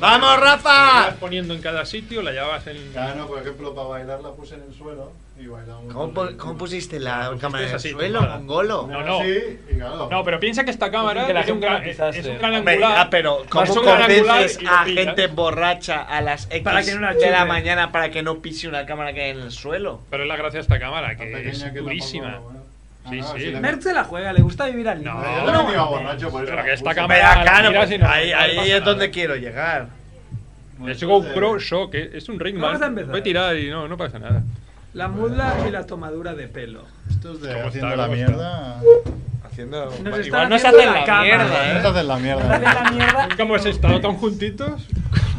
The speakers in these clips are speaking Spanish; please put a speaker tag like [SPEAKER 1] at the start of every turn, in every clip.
[SPEAKER 1] ¡Vamos, Rafa!
[SPEAKER 2] La ibas poniendo en cada sitio, la llevabas en.
[SPEAKER 3] Claro, no, por ejemplo, para bailar la puse en el suelo y bailamos.
[SPEAKER 1] ¿Cómo, po- cómo pusiste la
[SPEAKER 2] pusiste
[SPEAKER 1] cámara en el
[SPEAKER 2] así,
[SPEAKER 1] suelo,
[SPEAKER 2] tumbada.
[SPEAKER 1] mongolo?
[SPEAKER 2] No, no.
[SPEAKER 3] Sí, y claro.
[SPEAKER 2] No, pero piensa que esta cámara
[SPEAKER 4] Que la
[SPEAKER 2] es, un
[SPEAKER 4] cámara
[SPEAKER 2] gran, es,
[SPEAKER 4] quizás,
[SPEAKER 2] es un
[SPEAKER 4] eh.
[SPEAKER 2] gran
[SPEAKER 1] Hombre,
[SPEAKER 2] angular.
[SPEAKER 1] ya, pero
[SPEAKER 2] Más
[SPEAKER 1] ¿cómo
[SPEAKER 2] un gran angular
[SPEAKER 1] convences
[SPEAKER 2] y lo
[SPEAKER 1] a
[SPEAKER 2] pillas?
[SPEAKER 1] gente borracha a las X
[SPEAKER 5] Para que no la
[SPEAKER 1] de la
[SPEAKER 5] chupen.
[SPEAKER 1] mañana para que no pise una cámara que hay en el suelo?
[SPEAKER 2] Pero es la gracia de esta cámara,
[SPEAKER 3] Tan
[SPEAKER 2] que es
[SPEAKER 3] tampoco,
[SPEAKER 2] durísima.
[SPEAKER 3] bueno.
[SPEAKER 2] Sí,
[SPEAKER 3] Ah, no,
[SPEAKER 2] sí.
[SPEAKER 3] si le-
[SPEAKER 5] Merck se la juega, le gusta vivir al límite.
[SPEAKER 2] No,
[SPEAKER 3] Yo también iba
[SPEAKER 5] no,
[SPEAKER 3] borracho, por eso
[SPEAKER 2] pero
[SPEAKER 3] la
[SPEAKER 2] que esta
[SPEAKER 3] puse.
[SPEAKER 2] cámara-
[SPEAKER 1] Vea,
[SPEAKER 2] la
[SPEAKER 1] claro,
[SPEAKER 2] miras
[SPEAKER 1] pues,
[SPEAKER 2] y no-
[SPEAKER 1] ahí,
[SPEAKER 2] no
[SPEAKER 1] ahí
[SPEAKER 2] pasa
[SPEAKER 1] es
[SPEAKER 2] nada.
[SPEAKER 1] donde quiero llegar.
[SPEAKER 3] Bueno,
[SPEAKER 2] Es
[SPEAKER 3] entonces-
[SPEAKER 2] GoPro Shock, eh, es un Ringman.
[SPEAKER 5] Vamos a empezar.
[SPEAKER 2] Voy a tirar y no, no pasa nada.
[SPEAKER 5] La muda y la tomadura de pelo.
[SPEAKER 3] Esto es de
[SPEAKER 2] ¿Cómo
[SPEAKER 3] haciendo
[SPEAKER 2] está?
[SPEAKER 3] la
[SPEAKER 2] ¿Cómo
[SPEAKER 3] mierda.
[SPEAKER 1] Haciendo.
[SPEAKER 5] Nos
[SPEAKER 1] Igual
[SPEAKER 5] están
[SPEAKER 1] no se
[SPEAKER 5] haciendo
[SPEAKER 1] hace la,
[SPEAKER 5] la cama.
[SPEAKER 1] mierda,
[SPEAKER 3] Nos
[SPEAKER 1] ¿eh?
[SPEAKER 3] hacen la mierda.
[SPEAKER 5] Dale la mierda.
[SPEAKER 2] Nunca hemos estado tan juntitos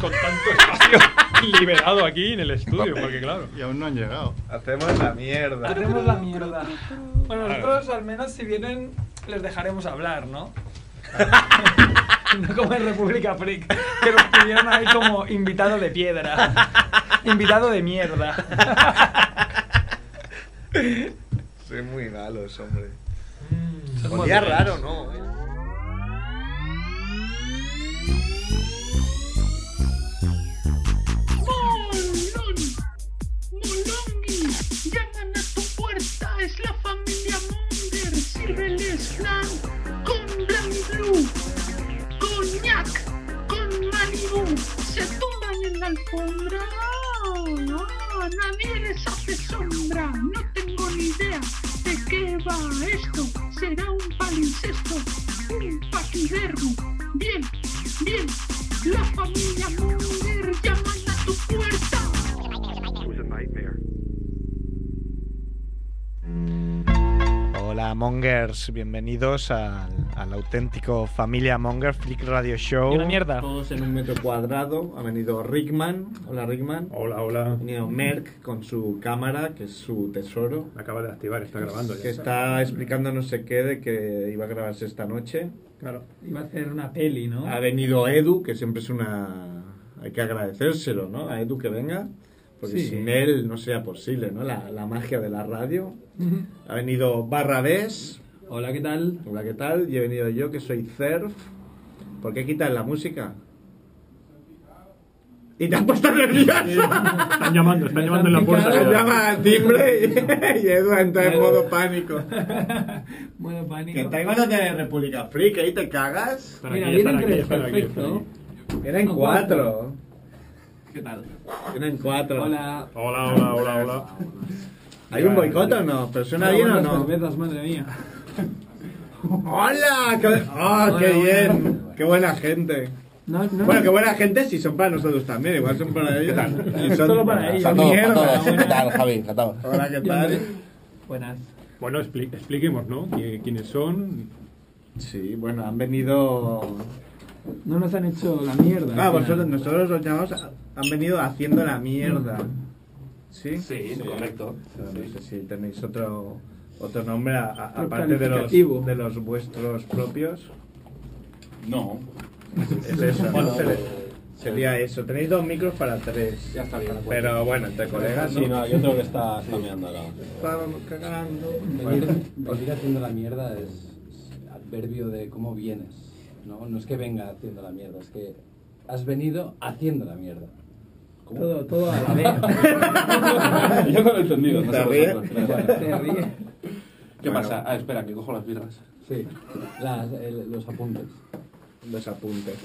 [SPEAKER 2] con tanto espacio liberado aquí en el estudio, porque claro.
[SPEAKER 3] Y aún no han llegado.
[SPEAKER 1] Hacemos la mierda.
[SPEAKER 5] Hacemos la mierda. Bueno, nosotros al menos si vienen les dejaremos hablar, ¿no? No como en República Freak, que nos tuvieron ahí como invitado de piedra. Invitado de mierda.
[SPEAKER 1] Soy muy malos, hombre.
[SPEAKER 5] Son
[SPEAKER 1] Olía
[SPEAKER 5] modernos.
[SPEAKER 1] raro, ¿no?
[SPEAKER 6] Molón, Molongi, llaman a tu puerta, es la familia Munger, sírveles flan con Blanc Blue, coñac, con Malibu, se tumban en la alfombra, no, nadie les hace sombra, no tengo ni idea de qué va esto, será un palincesto, un paquidermo, bien, bien, la familia Munger llaman a tu puerta.
[SPEAKER 1] Hola, Mongers. Bienvenidos al, al auténtico Familia Monger Flick Radio Show.
[SPEAKER 5] mierda.
[SPEAKER 7] Estamos en un metro cuadrado. Ha venido Rickman. Hola Rickman.
[SPEAKER 8] Hola, hola.
[SPEAKER 7] Ha venido Merck con su cámara, que es su tesoro.
[SPEAKER 8] Me acaba de activar, está grabando
[SPEAKER 7] Que
[SPEAKER 8] ya.
[SPEAKER 7] está explicando no sé qué de que iba a grabarse esta noche.
[SPEAKER 8] Claro.
[SPEAKER 5] Iba a hacer una peli, ¿no?
[SPEAKER 7] Ha venido Edu, que siempre es una. Hay que agradecérselo, ¿no? A Edu que venga. Porque
[SPEAKER 5] Sí.
[SPEAKER 7] sin él no sea posible, ¿no? La, la magia de la radio. Ha venido Barrabés.
[SPEAKER 5] Hola, ¿qué tal?
[SPEAKER 7] Hola, ¿qué tal? Y he venido yo, que soy Cerf. ¿Por qué quitas la música? Y te has puesto nerviosa.
[SPEAKER 8] Están llamando, están llamando en la
[SPEAKER 7] Se
[SPEAKER 8] puerta.
[SPEAKER 7] llama al timbre y, y Edu entra en modo pánico.
[SPEAKER 5] Bueno, pánico.
[SPEAKER 7] Que te ganas de República Freak, ahí te cagas.
[SPEAKER 8] Están
[SPEAKER 5] Mira,
[SPEAKER 8] aquí, están
[SPEAKER 5] vienen
[SPEAKER 8] aquí,
[SPEAKER 5] tres,
[SPEAKER 8] están aquí.
[SPEAKER 5] perfecto.
[SPEAKER 7] Eran cuatro.
[SPEAKER 5] ¿Qué tal?
[SPEAKER 7] Eran cuatro.
[SPEAKER 5] Hola.
[SPEAKER 8] Hola, hola, hola, hola.
[SPEAKER 7] ¿Hay un boicot o no? ¿Persona bien o no?
[SPEAKER 5] cervezas, madre mía.
[SPEAKER 7] ¡Hola! ¡Qué, oh, qué bien! ¡Qué buena gente!
[SPEAKER 5] No, no.
[SPEAKER 7] Bueno, qué buena gente si son para nosotros también, igual son para ellos. Y son-
[SPEAKER 5] Solo para ellos.
[SPEAKER 7] son
[SPEAKER 5] Catao,
[SPEAKER 7] mierdas.
[SPEAKER 5] catao. ¿Qué tal,
[SPEAKER 9] Javi? ¿Qué tal?
[SPEAKER 7] Hola, ¿qué tal?
[SPEAKER 5] Buenas.
[SPEAKER 8] Bueno, expli- expliquemos, ¿no? Qui- ¿Quiénes son?
[SPEAKER 7] Sí, bueno, han venido.
[SPEAKER 5] No nos han hecho la mierda.
[SPEAKER 7] Ah, vosotros, nosotros los llamamos. a- Han venido haciendo la mierda. ¿Sí?
[SPEAKER 9] Sí, correcto.
[SPEAKER 7] Pero No sé si tenéis otro, otro nombre, a- a-
[SPEAKER 5] Otro
[SPEAKER 7] aparte de los,
[SPEAKER 5] calificativo.
[SPEAKER 7] de los vuestros propios.
[SPEAKER 9] No.
[SPEAKER 7] Es eso, ¿no?
[SPEAKER 9] Bueno,
[SPEAKER 7] Se- Sería eso. Tenéis dos micros para tres.
[SPEAKER 9] Ya está bien, pues.
[SPEAKER 7] Pero bueno, entre colegas.
[SPEAKER 9] Sí, no, yo creo que está meando ahora.
[SPEAKER 7] Estábamos cagando.
[SPEAKER 10] Venir, venir haciendo la mierda es es adverbio de cómo vienes. No, no es que venga haciendo la mierda, es que has venido haciendo la mierda. ¿Cómo?
[SPEAKER 5] Todo, todo a la vez.
[SPEAKER 9] yo no lo he entendido. No
[SPEAKER 7] ¿Te
[SPEAKER 9] sé
[SPEAKER 7] ríes?
[SPEAKER 9] vosotros, pero bueno.
[SPEAKER 5] Te ríes.
[SPEAKER 9] ¿Qué pasa? Ah, espera, que cojo las birras.
[SPEAKER 10] Sí, las- el- los apuntes.
[SPEAKER 7] los apuntes.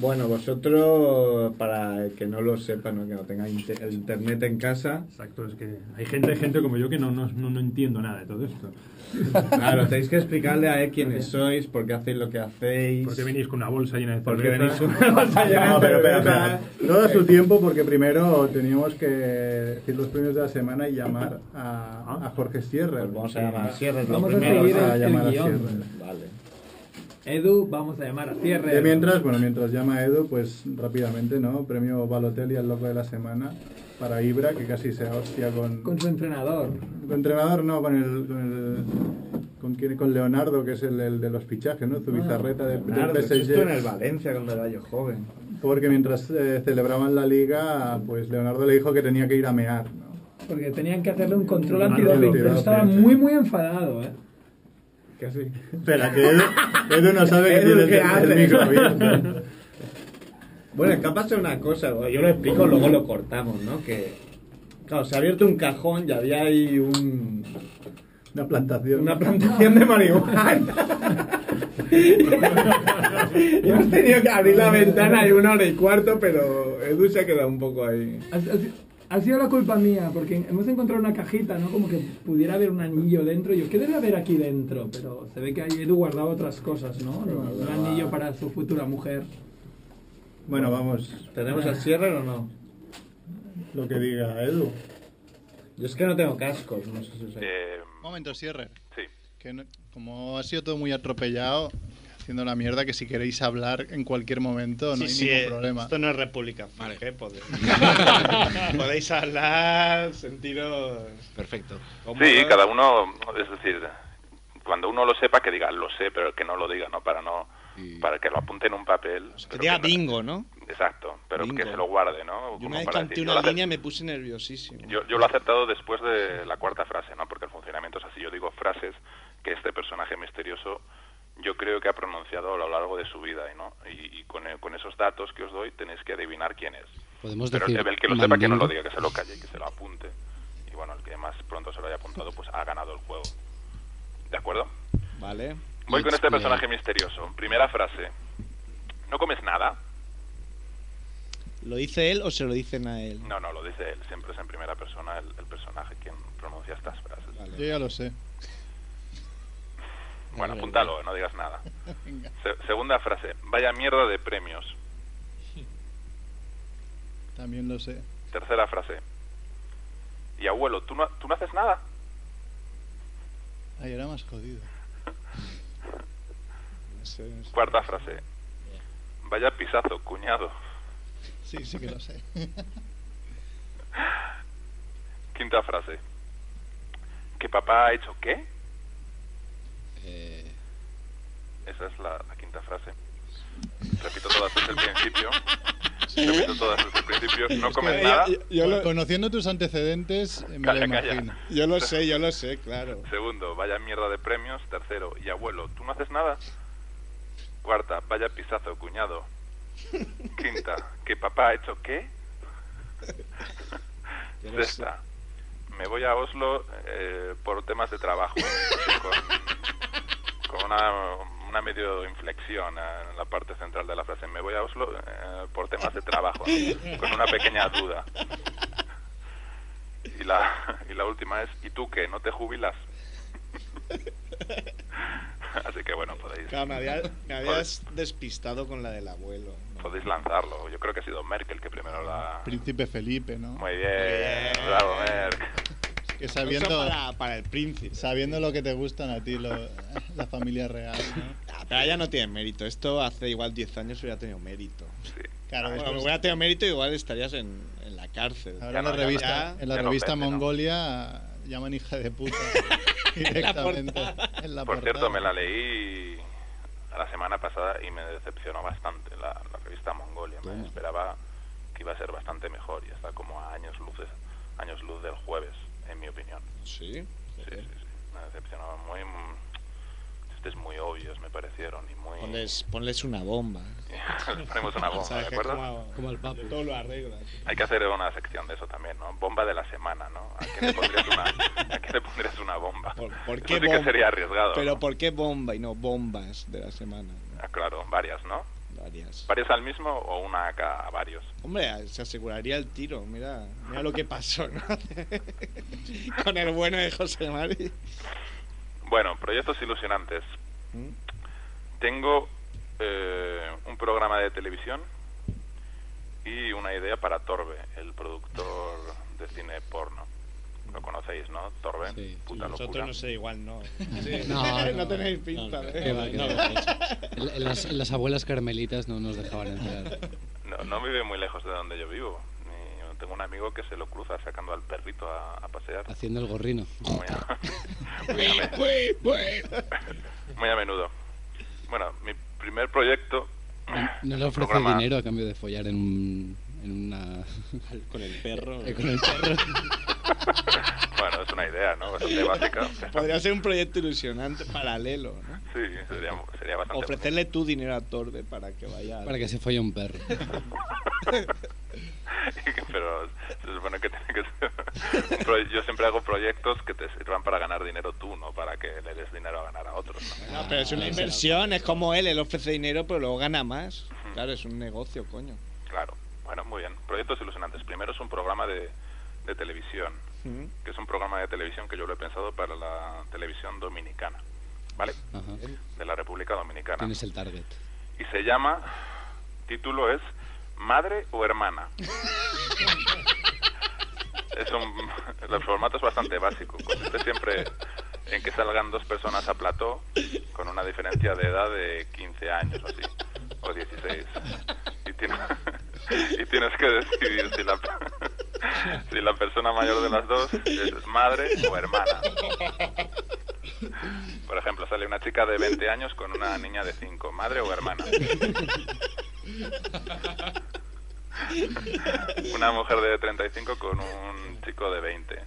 [SPEAKER 7] Bueno, vosotros, para el que no lo sepa, ¿no? que no tenga inte- el internet en casa,
[SPEAKER 8] Exacto, es que hay gente, hay gente como yo que no, no, no, no entiendo nada de todo esto.
[SPEAKER 7] claro, tenéis que explicarle a él quiénes sois, por qué hacéis lo que hacéis.
[SPEAKER 8] ¿Por qué venís con una bolsa llena de
[SPEAKER 7] Porque
[SPEAKER 8] cerveza?
[SPEAKER 7] venís una cosa llena
[SPEAKER 3] No,
[SPEAKER 7] de
[SPEAKER 3] pero espera,
[SPEAKER 7] cerveza.
[SPEAKER 3] espera. Todo su tiempo, porque primero teníamos que decir los premios de la semana y llamar a, a Jorge Sierra.
[SPEAKER 7] Pues vamos a llamar a Sierra. lo
[SPEAKER 5] Vamos a
[SPEAKER 7] primero.
[SPEAKER 5] seguir
[SPEAKER 3] vamos a
[SPEAKER 5] el,
[SPEAKER 3] llamar
[SPEAKER 5] el
[SPEAKER 3] a
[SPEAKER 5] guión.
[SPEAKER 3] Sierra.
[SPEAKER 7] Vale.
[SPEAKER 5] Edu, vamos a llamar a cierre.
[SPEAKER 3] Y mientras, bueno, mientras llama a Edu, pues rápidamente, ¿no? Premio Balotelli al loco de la semana para Ibra, que casi se hostia con...
[SPEAKER 5] Con su entrenador.
[SPEAKER 3] con entrenador, no, con el... Con el- con, quién- con Leonardo, que es el, el de los pichajes, ¿no? Zubizarreta de, del
[SPEAKER 7] Ah, Leonardo,
[SPEAKER 3] PSG.
[SPEAKER 7] esto en el Valencia cuando era yo joven.
[SPEAKER 3] Porque mientras eh, celebraban la liga, pues Leonardo le dijo que tenía que ir a mear. ¿no?
[SPEAKER 5] Porque tenían que hacerle un control
[SPEAKER 3] Control
[SPEAKER 5] antidoping. Pero
[SPEAKER 3] antidoping.
[SPEAKER 5] estaba muy, muy enfadado, ¿eh?
[SPEAKER 7] Casi.
[SPEAKER 3] Espera, que Edu, Edu no sabe que
[SPEAKER 7] Edu,
[SPEAKER 3] tiene el,
[SPEAKER 7] ¿qué
[SPEAKER 3] el
[SPEAKER 7] haces?
[SPEAKER 3] micro abierto.
[SPEAKER 11] Bueno, es que pasa una cosa, güey, yo lo explico, luego lo cortamos, ¿no? Que, claro, se ha abierto un cajón y había ahí un,
[SPEAKER 12] Una plantación.
[SPEAKER 11] una plantación de marihuana. y hemos tenido que abrir la ventana y una hora y cuarto, pero Edu se ha quedado un poco ahí.
[SPEAKER 5] Ha, ha- ha sido la culpa mía, porque hemos encontrado una cajita, ¿no? Como que pudiera haber un anillo dentro. Yo, ¿qué debe haber aquí dentro? Pero se ve que ahí Edu guardaba otras cosas, ¿no? Un anillo para su futura mujer.
[SPEAKER 12] Bueno, vamos,
[SPEAKER 11] ¿Tenemos el cierre o no?
[SPEAKER 12] lo que diga Edu.
[SPEAKER 11] Yo es que no tengo cascos, no sé si os
[SPEAKER 8] Eh,
[SPEAKER 6] Momento, cierre.
[SPEAKER 8] sí.
[SPEAKER 6] Que no- como ha sido todo muy atropellado, haciendo la mierda, que si queréis hablar en cualquier momento, no hay ningún problema.
[SPEAKER 13] Esto no es República Franca, ¿eh? Podéis, podéis hablar, sentiros.
[SPEAKER 7] Perfecto.
[SPEAKER 8] Sí, cada uno, es decir, cuando uno lo sepa, que diga, lo sé, pero que no lo diga, ¿no? Para no para que lo apunte en un papel.
[SPEAKER 7] Que
[SPEAKER 8] pero
[SPEAKER 7] diga
[SPEAKER 8] que no-
[SPEAKER 7] bingo, ¿no?
[SPEAKER 8] Exacto, pero que
[SPEAKER 7] Pues, Bingo.
[SPEAKER 8] se lo guarde, ¿no?
[SPEAKER 7] Yo
[SPEAKER 8] Como
[SPEAKER 7] una vez
[SPEAKER 8] para
[SPEAKER 7] canté
[SPEAKER 8] decir,
[SPEAKER 7] una
[SPEAKER 8] yo lo ace-
[SPEAKER 7] línea y me puse nerviosísimo.
[SPEAKER 8] Yo, yo lo he aceptado después de la cuarta frase, ¿no? Porque el funcionamiento es así. Yo digo frases que este personaje misterioso yo creo que ha pronunciado a lo largo de su vida, ¿no? Y, y con, eh, con esos datos que os doy tenéis que adivinar quién es.
[SPEAKER 7] Podemos
[SPEAKER 8] Pero
[SPEAKER 7] decir
[SPEAKER 8] el que lo sepa, que no lo
[SPEAKER 7] mandingo.
[SPEAKER 8] diga, que se lo calle, que se lo apunte. Y bueno, el que más pronto se lo haya apuntado, pues ha ganado el juego. ¿De acuerdo?
[SPEAKER 7] Vale.
[SPEAKER 8] Voy con
[SPEAKER 7] Let's
[SPEAKER 8] este
[SPEAKER 7] play.
[SPEAKER 8] personaje misterioso. Primera frase. ¿No comes nada?
[SPEAKER 7] ¿Lo dice él o se lo dicen a él?
[SPEAKER 8] No, no, lo dice él. Siempre es en primera persona el, el personaje quien pronuncia estas frases.
[SPEAKER 6] Yo ya lo sé.
[SPEAKER 8] Bueno, apúntalo, no digas nada. Se- segunda frase. Vaya mierda de premios.
[SPEAKER 6] También lo sé.
[SPEAKER 8] Tercera frase. Y abuelo, ¿tú no, tú no haces nada?
[SPEAKER 6] Ahí era más jodido.
[SPEAKER 8] Cuarta frase. Vaya pisazo, cuñado.
[SPEAKER 6] Sí, sí que lo sé.
[SPEAKER 8] Quinta frase. ¿Que papá ha hecho qué?
[SPEAKER 7] Eh,
[SPEAKER 8] Esa es la, la quinta frase. Repito todas desde el principio. Repito todas desde el principio. No comes nada.
[SPEAKER 3] Conociendo tus antecedentes, eh, me lo
[SPEAKER 8] Calla, calla.
[SPEAKER 3] imagino.
[SPEAKER 7] Yo lo sé, yo lo sé, claro.
[SPEAKER 8] Segundo, vaya mierda de premios. Tercero, y abuelo, ¿tú no haces nada? Cuarta, vaya pisazo, cuñado. Quinta, ¿que papá ha hecho qué?
[SPEAKER 7] Yo lo sé.
[SPEAKER 8] Sexta, me voy a Oslo eh, por temas de trabajo. con con una, una medio inflexión eh, en la parte central de la frase. Me voy a Oslo eh, por temas de trabajo. con una pequeña duda. Y la, y la última es, ¿y tú qué? ¿No te jubilas? Así que bueno, podéis,
[SPEAKER 7] Claro, me, había- me habías despistado con la del abuelo.
[SPEAKER 8] podéis lanzarlo. Yo creo que ha sido Merkel que primero la...
[SPEAKER 3] Príncipe Felipe, ¿no?
[SPEAKER 8] Muy bien, bravo Merkel.
[SPEAKER 3] Que
[SPEAKER 7] Eso
[SPEAKER 3] sabiendo,
[SPEAKER 7] para, para el príncipe.
[SPEAKER 3] sabiendo lo que te gustan a ti, lo- la familia real, ¿no?
[SPEAKER 7] Ah, pero ya no tiene mérito. Esto hace igual 10 años hubiera tenido mérito.
[SPEAKER 3] Claro,
[SPEAKER 7] Bueno,
[SPEAKER 3] después-
[SPEAKER 7] hubiera tenido mérito igual estarías en, en la cárcel.
[SPEAKER 3] Ahora en la revista, en la
[SPEAKER 7] ya no
[SPEAKER 3] revista
[SPEAKER 7] ofende, ¿no?
[SPEAKER 3] Mongolia llaman hija de puta directamente en la
[SPEAKER 8] Por cierto,
[SPEAKER 3] portada.
[SPEAKER 8] me la leí la semana pasada y me decepcionó bastante la, la revista Mongolia. Me
[SPEAKER 3] Toma.
[SPEAKER 8] esperaba que iba a ser bastante mejor y está como a años luces, años luz del jueves, en mi opinión.
[SPEAKER 7] Sí.
[SPEAKER 8] Sí, sí, sí. Me decepcionó muy... Estos muy obvios me parecieron y muy...
[SPEAKER 7] Ponles, ponles una bomba.
[SPEAKER 8] Les ponemos una bomba, ¿de acuerdo?
[SPEAKER 7] Como el papu. Todo lo arreglas.
[SPEAKER 8] Hay que hacer una sección de eso también, ¿no? Bomba de la semana, ¿no? ¿A quién le pondrías una, a quién le pondrías una bomba?
[SPEAKER 7] ¿Por, por
[SPEAKER 8] Eso
[SPEAKER 7] qué
[SPEAKER 8] sí que
[SPEAKER 7] bomba?
[SPEAKER 8] sería arriesgado,
[SPEAKER 7] Pero
[SPEAKER 8] ¿no?
[SPEAKER 7] ¿por qué bomba y no bombas de la semana? ¿no?
[SPEAKER 8] Ah, Claro, varias, ¿no?
[SPEAKER 7] Varias.
[SPEAKER 8] ¿Varias al mismo o una a cada- a varios?
[SPEAKER 7] Hombre, se aseguraría el tiro. Mira, mira lo que pasó, ¿no? Con el bueno de José Mari.
[SPEAKER 8] Bueno, proyectos ilusionantes.
[SPEAKER 7] ¿Mm?
[SPEAKER 8] Tengo eh, un programa de televisión y una idea para Torbe, el productor de cine porno.
[SPEAKER 7] Mm.
[SPEAKER 8] Lo conocéis, ¿no? Torbe, puta locura.
[SPEAKER 7] Nosotros no sé, igual no.
[SPEAKER 14] No, no.
[SPEAKER 7] tenéis pinta. ¿eh?
[SPEAKER 14] Qué va, qué
[SPEAKER 7] No,
[SPEAKER 14] va.
[SPEAKER 7] no.
[SPEAKER 14] En- en las, en las abuelas carmelitas no nos dejaban entrar.
[SPEAKER 8] No, no vive muy lejos de donde yo vivo. Ni- yo tengo un amigo que se lo cruza sacando al perrito a, a pasear.
[SPEAKER 14] Haciendo el gorrino.
[SPEAKER 8] Muy a, muy a me- muy a menudo. Bueno, mi primer proyecto
[SPEAKER 14] No le ofrece
[SPEAKER 8] Programa.
[SPEAKER 14] dinero a cambio de follar en un, en una...
[SPEAKER 7] Con el perro.
[SPEAKER 14] Eh, con el perro.
[SPEAKER 8] Bueno, es una idea, ¿no? Bastante básica.
[SPEAKER 7] Podría ser un proyecto ilusionante paralelo, ¿no?
[SPEAKER 8] Sí, sería, sería bastante.
[SPEAKER 7] Ofrecerle tu dinero a Torde para que vaya.
[SPEAKER 14] Para que se folle un perro.
[SPEAKER 8] Pero se supone que tiene que ser. un proye- Yo siempre hago proyectos que te sirvan para ganar dinero tú, no para que le des dinero a ganar a otros. ¿no?
[SPEAKER 7] No, pero es una inversión, es como él, él ofrece dinero pero luego gana más. Claro, es un negocio, coño.
[SPEAKER 8] Claro. Bueno, muy bien. Proyectos ilusionantes. Primero es un programa de, de televisión, que es un programa de televisión que yo lo he pensado para la televisión dominicana, ¿vale?
[SPEAKER 14] Ajá.
[SPEAKER 8] De la República Dominicana.
[SPEAKER 14] Tienes el target.
[SPEAKER 8] Y se llama, título es Madre o Hermana. es un, el formato es bastante básico. Consiste siempre en que salgan dos personas a plató con una diferencia de edad de 15 años o así, o 16. Y, tiene- y tienes que decidir si la, si la persona mayor de las dos es madre o hermana. Por ejemplo, sale una chica de 20 años con una niña de 5, madre o hermana. Una mujer de 35 con un chico de 20.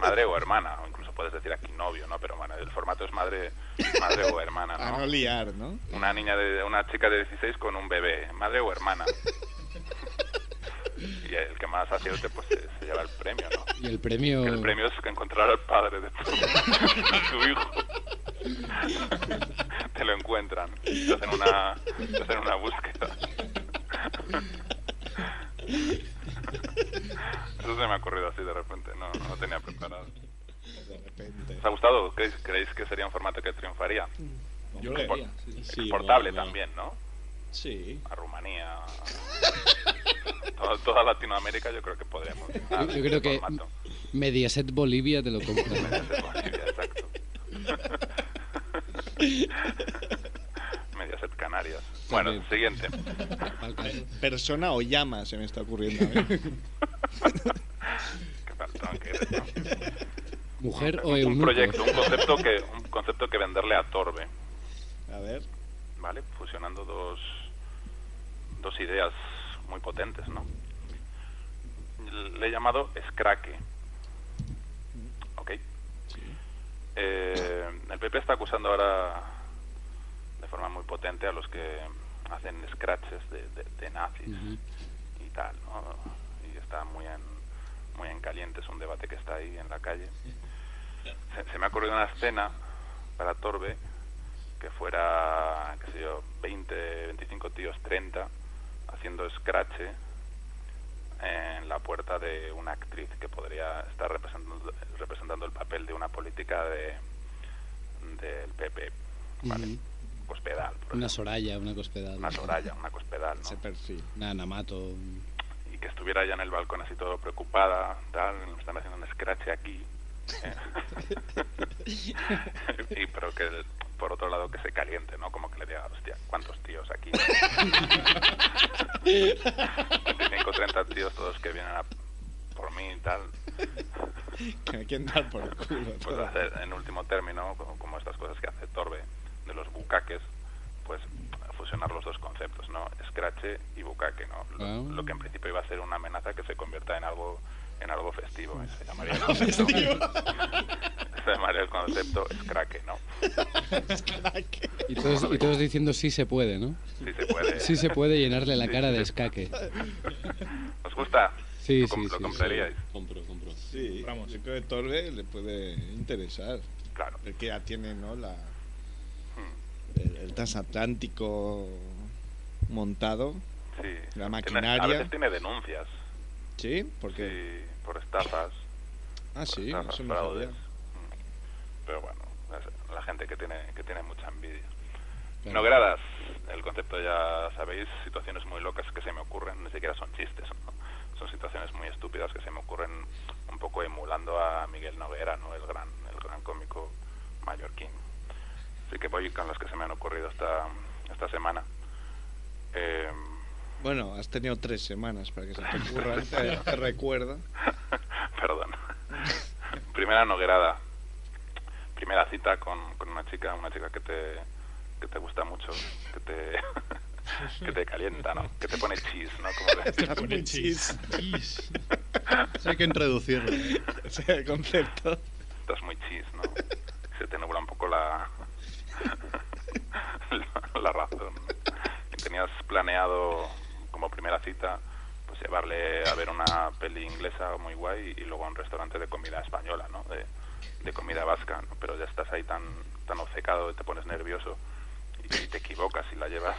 [SPEAKER 8] Madre o hermana, o incluso puedes decir aquí novio, ¿no? Pero bueno, el formato es madre, madre o hermana,
[SPEAKER 7] A
[SPEAKER 8] Ah, ¿no?
[SPEAKER 7] no liar, ¿no?
[SPEAKER 8] Una niña de una chica de 16 con un bebé, madre o hermana. Y el que más acierte pues se, se lleva el premio, ¿no?
[SPEAKER 14] Y el premio...
[SPEAKER 8] El premio es encontrar al padre de tu, de tu hijo. Te lo encuentran. Te hacen una, te hacen una búsqueda. Eso se me ha ocurrido así de repente. No, no lo tenía preparado. ¿Os ha gustado? ¿Creéis, creéis que sería un formato que triunfaría?
[SPEAKER 7] Mm. Yo
[SPEAKER 8] Expor-
[SPEAKER 7] lo haría, sí. Sí,
[SPEAKER 8] Exportable
[SPEAKER 7] bueno,
[SPEAKER 8] también, ¿no?
[SPEAKER 7] Sí.
[SPEAKER 8] A Rumanía. a- Toda, toda Latinoamérica yo creo que este podríamos.
[SPEAKER 14] Yo, yo creo que Mediaset Bolivia te lo compra.
[SPEAKER 8] Exacto. Mediaset Canarias. Bueno,
[SPEAKER 7] También.
[SPEAKER 8] siguiente.
[SPEAKER 7] Persona o llama se me está ocurriendo. ¿eh?
[SPEAKER 14] Mujer o
[SPEAKER 8] Un
[SPEAKER 14] eunuco.
[SPEAKER 8] proyecto, un concepto que un concepto que venderle a Torbe,
[SPEAKER 7] A ver.
[SPEAKER 8] ¿vale? Fusionando dos dos ideas muy potentes, ¿no? Le he llamado Scracky. ¿Ok? Eh, el PP está acusando ahora de forma muy potente a los que hacen scratches de, de- de nazis y tal, ¿no? Y está muy en, muy en caliente, es un debate que está ahí en la calle. Se, se me ha ocurrido una escena para Torbe que fuera, qué sé yo, 20, 25 tíos, 30, haciendo scratch en la puerta de una actriz que podría estar representando, representando el papel de una política de del PP,
[SPEAKER 14] Ujú.
[SPEAKER 8] Cospedal,
[SPEAKER 14] Una Soraya, una Cospedal.
[SPEAKER 8] una Soraya, una Cospedal, ¿no?
[SPEAKER 14] Una Anamato.
[SPEAKER 8] y que estuviera ya en el balcón así todo preocupada, tal, me están haciendo un scratch aquí. Eh, y pero que el- por otro lado que se caliente, ¿no? Como que le diga, hostia, ¿cuántos tíos aquí? 25, 30 tíos todos que vienen a por mí y tal.
[SPEAKER 7] Que me quieren dar por el culo.
[SPEAKER 8] Pues hacer, en último término, como, como estas cosas que hace Torbe de los bucaques, pues fusionar los dos conceptos, ¿no? Scratch y bucaque, ¿no? Lo,
[SPEAKER 14] Ah.
[SPEAKER 8] lo que en principio iba a ser una amenaza que se convierta en algo en algo festivo, ¿eh? se llamaría.
[SPEAKER 7] Algo festivo.
[SPEAKER 8] se llamaría el concepto scraque, ¿no?
[SPEAKER 14] Y todos, y todos diciendo sí se puede, ¿no?
[SPEAKER 8] Sí se puede.
[SPEAKER 14] Sí se puede llenarle la cara de escaque.
[SPEAKER 8] ¿Os gusta?
[SPEAKER 14] Sí,
[SPEAKER 8] ¿Lo,
[SPEAKER 14] sí,
[SPEAKER 8] com-
[SPEAKER 14] sí,
[SPEAKER 8] ¿Lo compraríais?
[SPEAKER 7] Compro, compro. Sí, yo creo que Torre le puede Eh, interesar.
[SPEAKER 8] Claro.
[SPEAKER 7] El que ya tiene, ¿no? La, el, el transatlántico montado.
[SPEAKER 8] Sí.
[SPEAKER 7] La
[SPEAKER 8] Tiene- a
[SPEAKER 7] maquinaria.
[SPEAKER 8] veces tiene denuncias
[SPEAKER 7] Sí, porque.
[SPEAKER 8] sí, por estafas,
[SPEAKER 7] Ah, sí,
[SPEAKER 8] Ajá,
[SPEAKER 7] eso no
[SPEAKER 8] fraudes.
[SPEAKER 7] sabía.
[SPEAKER 8] pero bueno, es la gente que tiene, que tiene mucha envidia. Nogradas, el concepto ya sabéis, situaciones muy locas que se me ocurren, ni siquiera son chistes, ¿no? son situaciones muy estúpidas que se me ocurren un poco emulando a Miguel Noguera, ¿no? el gran, el gran cómico mallorquín. Así que voy con los que se me han ocurrido esta, esta semana. Eh,
[SPEAKER 7] Bueno, has tenido tres semanas para que se te ocurra. te, te recuerda.
[SPEAKER 8] Perdón. Primera noguerada. Primera cita con, con una chica, una chica que te, que te gusta mucho, que te, que te calienta, ¿no? Que te pone chis, ¿no? Como le-
[SPEAKER 15] Te pone chis. Eso hay que introducirlo.
[SPEAKER 3] ¿eh?
[SPEAKER 8] el concepto. Estás muy chis, ¿no? Se te nubla un poco la. la, la razón. Y Tenías planeado, como primera cita, pues llevarle a ver una peli inglesa muy guay y luego a un restaurante de comida española, ¿no? De, de comida vasca, ¿no? Pero ya estás ahí tan, tan obcecado, te pones nervioso y, y te equivocas y la llevas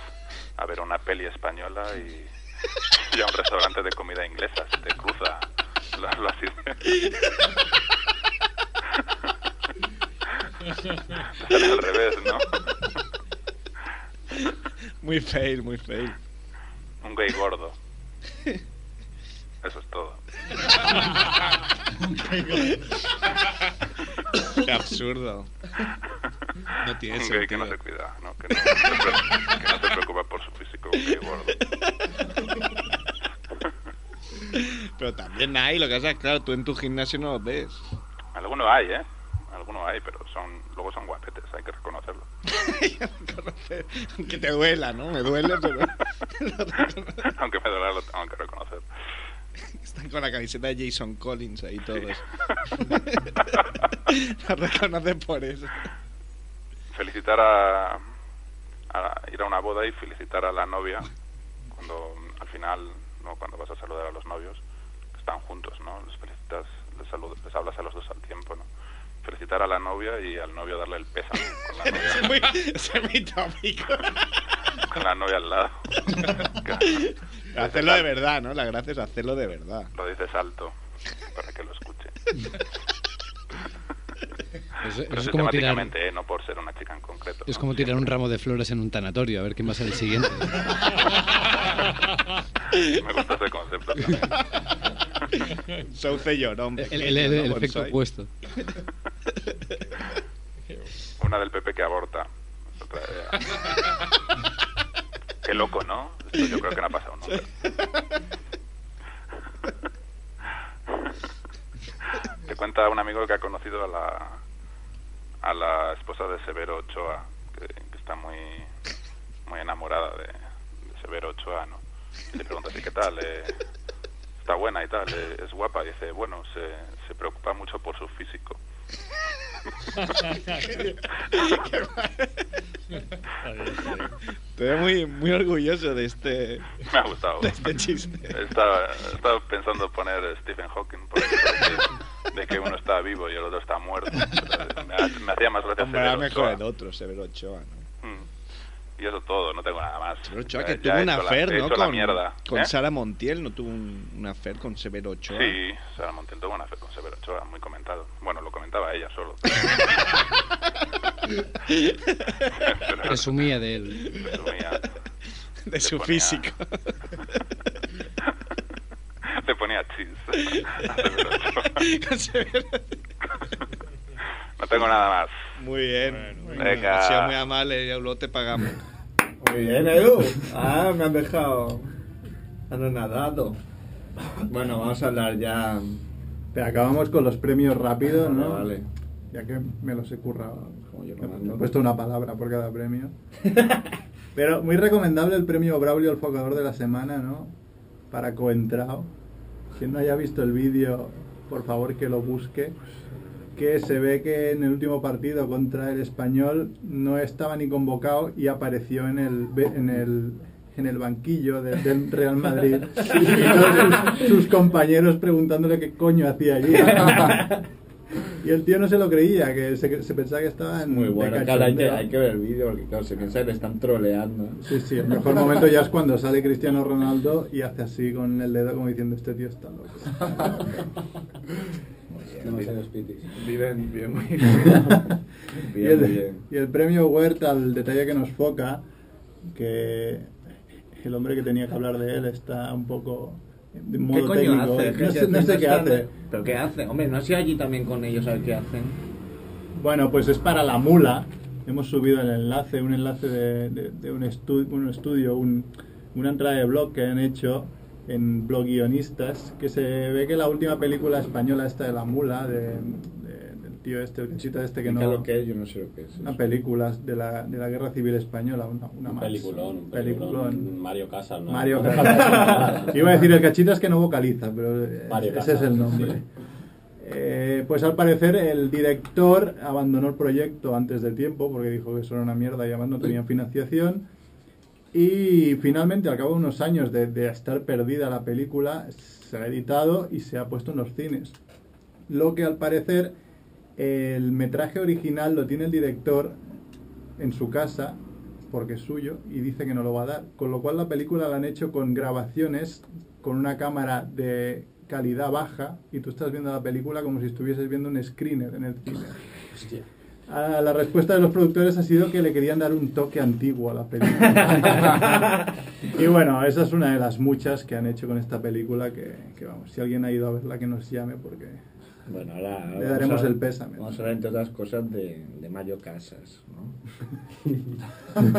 [SPEAKER 8] a ver una peli española y, y a un restaurante de comida inglesa. Se te cruza la, la Sale al revés, ¿no?
[SPEAKER 7] Muy fail, muy fail.
[SPEAKER 8] Un gay gordo. Eso es todo.
[SPEAKER 7] Qué absurdo. No tiene
[SPEAKER 8] un
[SPEAKER 7] sentido.
[SPEAKER 8] gay que no se cuida, ¿no? Que, no, que no se preocupa por su físico, un gay gordo.
[SPEAKER 7] Pero también hay, lo que pasa es claro, tú en tu gimnasio no los ves.
[SPEAKER 8] Algunos hay, ¿eh? Algunos hay, pero son luego son guapetes, hay que reconocerlo.
[SPEAKER 7] Que te duela, ¿no? Me duele, pero
[SPEAKER 8] aunque me duela, lo tengo que reconocer.
[SPEAKER 7] están con la camiseta de Jason Collins ahí todos. La reconoces por eso.
[SPEAKER 8] felicitar a, a ir a una boda y felicitar a la novia cuando al final no cuando vas a saludar a los novios que están juntos no les felicitas les, saludas, les hablas a los dos al tiempo no felicitar a la novia y al novio darle el pésame con la novia,
[SPEAKER 7] Es muy, es muy tópico.
[SPEAKER 8] con la novia al lado
[SPEAKER 7] Hacerlo de verdad, ¿no? La gracia es hacerlo de verdad.
[SPEAKER 8] lo dices alto para que lo escuche
[SPEAKER 10] Eso- eso
[SPEAKER 8] Pero
[SPEAKER 10] es como tirar-
[SPEAKER 8] sistemáticamente ¿eh? no por ser una chica en concreto
[SPEAKER 10] Es como tirar un ramo de flores en un tanatorio, a ver quién va a ser el siguiente.
[SPEAKER 8] me gusta ese concepto también.
[SPEAKER 7] Sauce llorón.
[SPEAKER 10] El- el-
[SPEAKER 7] pequeño,
[SPEAKER 10] el- el
[SPEAKER 7] ¿no?
[SPEAKER 10] efecto
[SPEAKER 7] Bonsai.
[SPEAKER 10] opuesto.
[SPEAKER 8] Una del PP que aborta. Es otra idea. Qué loco, ¿no? Esto yo creo que no ha pasado nunca. Te cuenta un amigo que ha conocido a la, a la esposa de Severo Ochoa, que, que está muy, muy enamorada de, de Severo Ochoa, ¿no? Y le pregunta, "¿Y qué tal? Eh, está buena y tal, eh, es guapa. Y dice, bueno, se, se preocupa mucho por su físico.
[SPEAKER 7] Te veo muy, muy orgulloso de este.
[SPEAKER 8] Me ha gustado.
[SPEAKER 7] De este chiste.
[SPEAKER 8] Estaba, estaba pensando poner Stephen Hawking por aquí, por aquí, de que uno está vivo y el otro está muerto. Pero Me, ha- me hacía más gracia
[SPEAKER 7] Hombre, era
[SPEAKER 8] Severo
[SPEAKER 7] mejor
[SPEAKER 8] Este Ochoa.
[SPEAKER 7] el otro, Severo Ochoa, ¿no?
[SPEAKER 8] Y eso todo, no tengo nada más.
[SPEAKER 7] Severo Ochoa,
[SPEAKER 8] Ya-
[SPEAKER 7] que
[SPEAKER 8] ya
[SPEAKER 7] tuvo
[SPEAKER 8] he
[SPEAKER 7] una
[SPEAKER 8] hecho la-
[SPEAKER 7] affair,
[SPEAKER 8] he
[SPEAKER 7] ¿no?
[SPEAKER 8] hecho la
[SPEAKER 7] Con,
[SPEAKER 8] mierda.
[SPEAKER 7] con
[SPEAKER 8] ¿Eh?
[SPEAKER 7] Sara Montiel, ¿no tuvo un, una affair con Severo Ochoa?
[SPEAKER 8] Sí, Sara Montiel tuvo una fe con Severo Ochoa, muy comentado. Bueno, lo comentaba ella solo.
[SPEAKER 10] Presumía de él.
[SPEAKER 8] Presumía.
[SPEAKER 7] De su
[SPEAKER 8] ponía-
[SPEAKER 7] físico.
[SPEAKER 8] Te ponía chis. a Severo Ochoa.
[SPEAKER 7] Con Severo-
[SPEAKER 8] No tengo nada más.
[SPEAKER 7] Muy bien.
[SPEAKER 8] Bueno, venga.
[SPEAKER 7] Ha sido muy amable, ya luego te pagamos.
[SPEAKER 9] Muy bien, Edu. Ah, me han dejado anonadado. Bueno, vamos a hablar ya.
[SPEAKER 3] Te acabamos con los premios
[SPEAKER 7] Ah,
[SPEAKER 3] rápido, ¿no?
[SPEAKER 9] Vale,
[SPEAKER 3] Ya que me los he currado.
[SPEAKER 9] vale.
[SPEAKER 3] He puesto una palabra por cada premio. Pero muy recomendable el premio Braulio al Focador de la Semana, ¿no? Para Coentrao. Quien no haya visto el vídeo, por favor que lo busque. Que se ve que en el último partido contra el español no estaba ni convocado y apareció en el, be- en el, en el banquillo de- del Real Madrid. Y todos sus- sus compañeros preguntándole qué coño hacía allí. Y el tío no se lo creía, que se, se pensaba que estaba en.
[SPEAKER 9] Muy
[SPEAKER 3] de
[SPEAKER 9] bueno, claro, hay que,
[SPEAKER 3] cachondeo.
[SPEAKER 9] hay que ver el vídeo porque, claro, se piensa que le están troleando.
[SPEAKER 3] Sí, sí, el mejor momento ya es cuando sale Cristiano Ronaldo y hace así con el dedo, como diciendo: Este tío está loco.
[SPEAKER 16] Demasiados pitis.
[SPEAKER 9] Viven, viven muy bien.
[SPEAKER 3] y,
[SPEAKER 9] Bien,
[SPEAKER 3] el,
[SPEAKER 9] bien.
[SPEAKER 3] y el premio Huerta al detalle que nos foca, que el hombre que tenía que hablar de él está un poco de modo
[SPEAKER 16] ¿Qué coño
[SPEAKER 3] técnico.
[SPEAKER 16] hace?
[SPEAKER 3] No
[SPEAKER 16] Que
[SPEAKER 3] sé,
[SPEAKER 16] se
[SPEAKER 3] no sé qué
[SPEAKER 16] sientan-
[SPEAKER 3] hace.
[SPEAKER 16] ¿Pero qué hace? Hombre, no ha sido allí también con ellos a ver qué hacen.
[SPEAKER 3] Bueno, pues es para la mula. Hemos subido el enlace, un enlace de, de- de un, estu- un estudio, un- una entrada de blog que han hecho en blog guionistas, que se ve que la última película española esta de la mula, de, de- del tío este, el cachito este que
[SPEAKER 7] Explica
[SPEAKER 3] no.
[SPEAKER 7] lo que es, yo no sé lo que es.
[SPEAKER 3] Una película de la, de la Guerra Civil Española, una, una
[SPEAKER 7] Un
[SPEAKER 3] más.
[SPEAKER 7] peliculón, un
[SPEAKER 17] peliculón. Mario Casas, ¿no?
[SPEAKER 3] Mario Casas. Iba a decir el cachito es que no vocaliza, pero eh,
[SPEAKER 17] Mario
[SPEAKER 3] ese
[SPEAKER 17] Casas,
[SPEAKER 3] es el nombre.
[SPEAKER 17] sí.
[SPEAKER 3] Eh, pues al parecer el director abandonó el proyecto antes del tiempo porque dijo que eso era una mierda y además no tenían financiación. Y finalmente, al cabo de unos años de, de estar perdida la película, se ha editado y se ha puesto en los cines. Lo que al parecer el metraje original lo tiene el director en su casa porque es suyo y dice que no lo va a dar. Con lo cual la película la han hecho con grabaciones, con una cámara de calidad baja y tú estás viendo la película como si estuvieses viendo un screener en el cine. Ah, La respuesta de los productores ha sido que le querían dar un toque antiguo a la película. y bueno, esa es una de las muchas que han hecho con esta película que, que vamos, si alguien ha ido a verla que nos llame porque...
[SPEAKER 7] Bueno, ahora, ahora
[SPEAKER 3] Le
[SPEAKER 7] vamos
[SPEAKER 3] daremos
[SPEAKER 7] a-
[SPEAKER 3] el pésame.
[SPEAKER 7] Vamos a hablar, entre otras cosas, de, de Mario Casas. ¿no?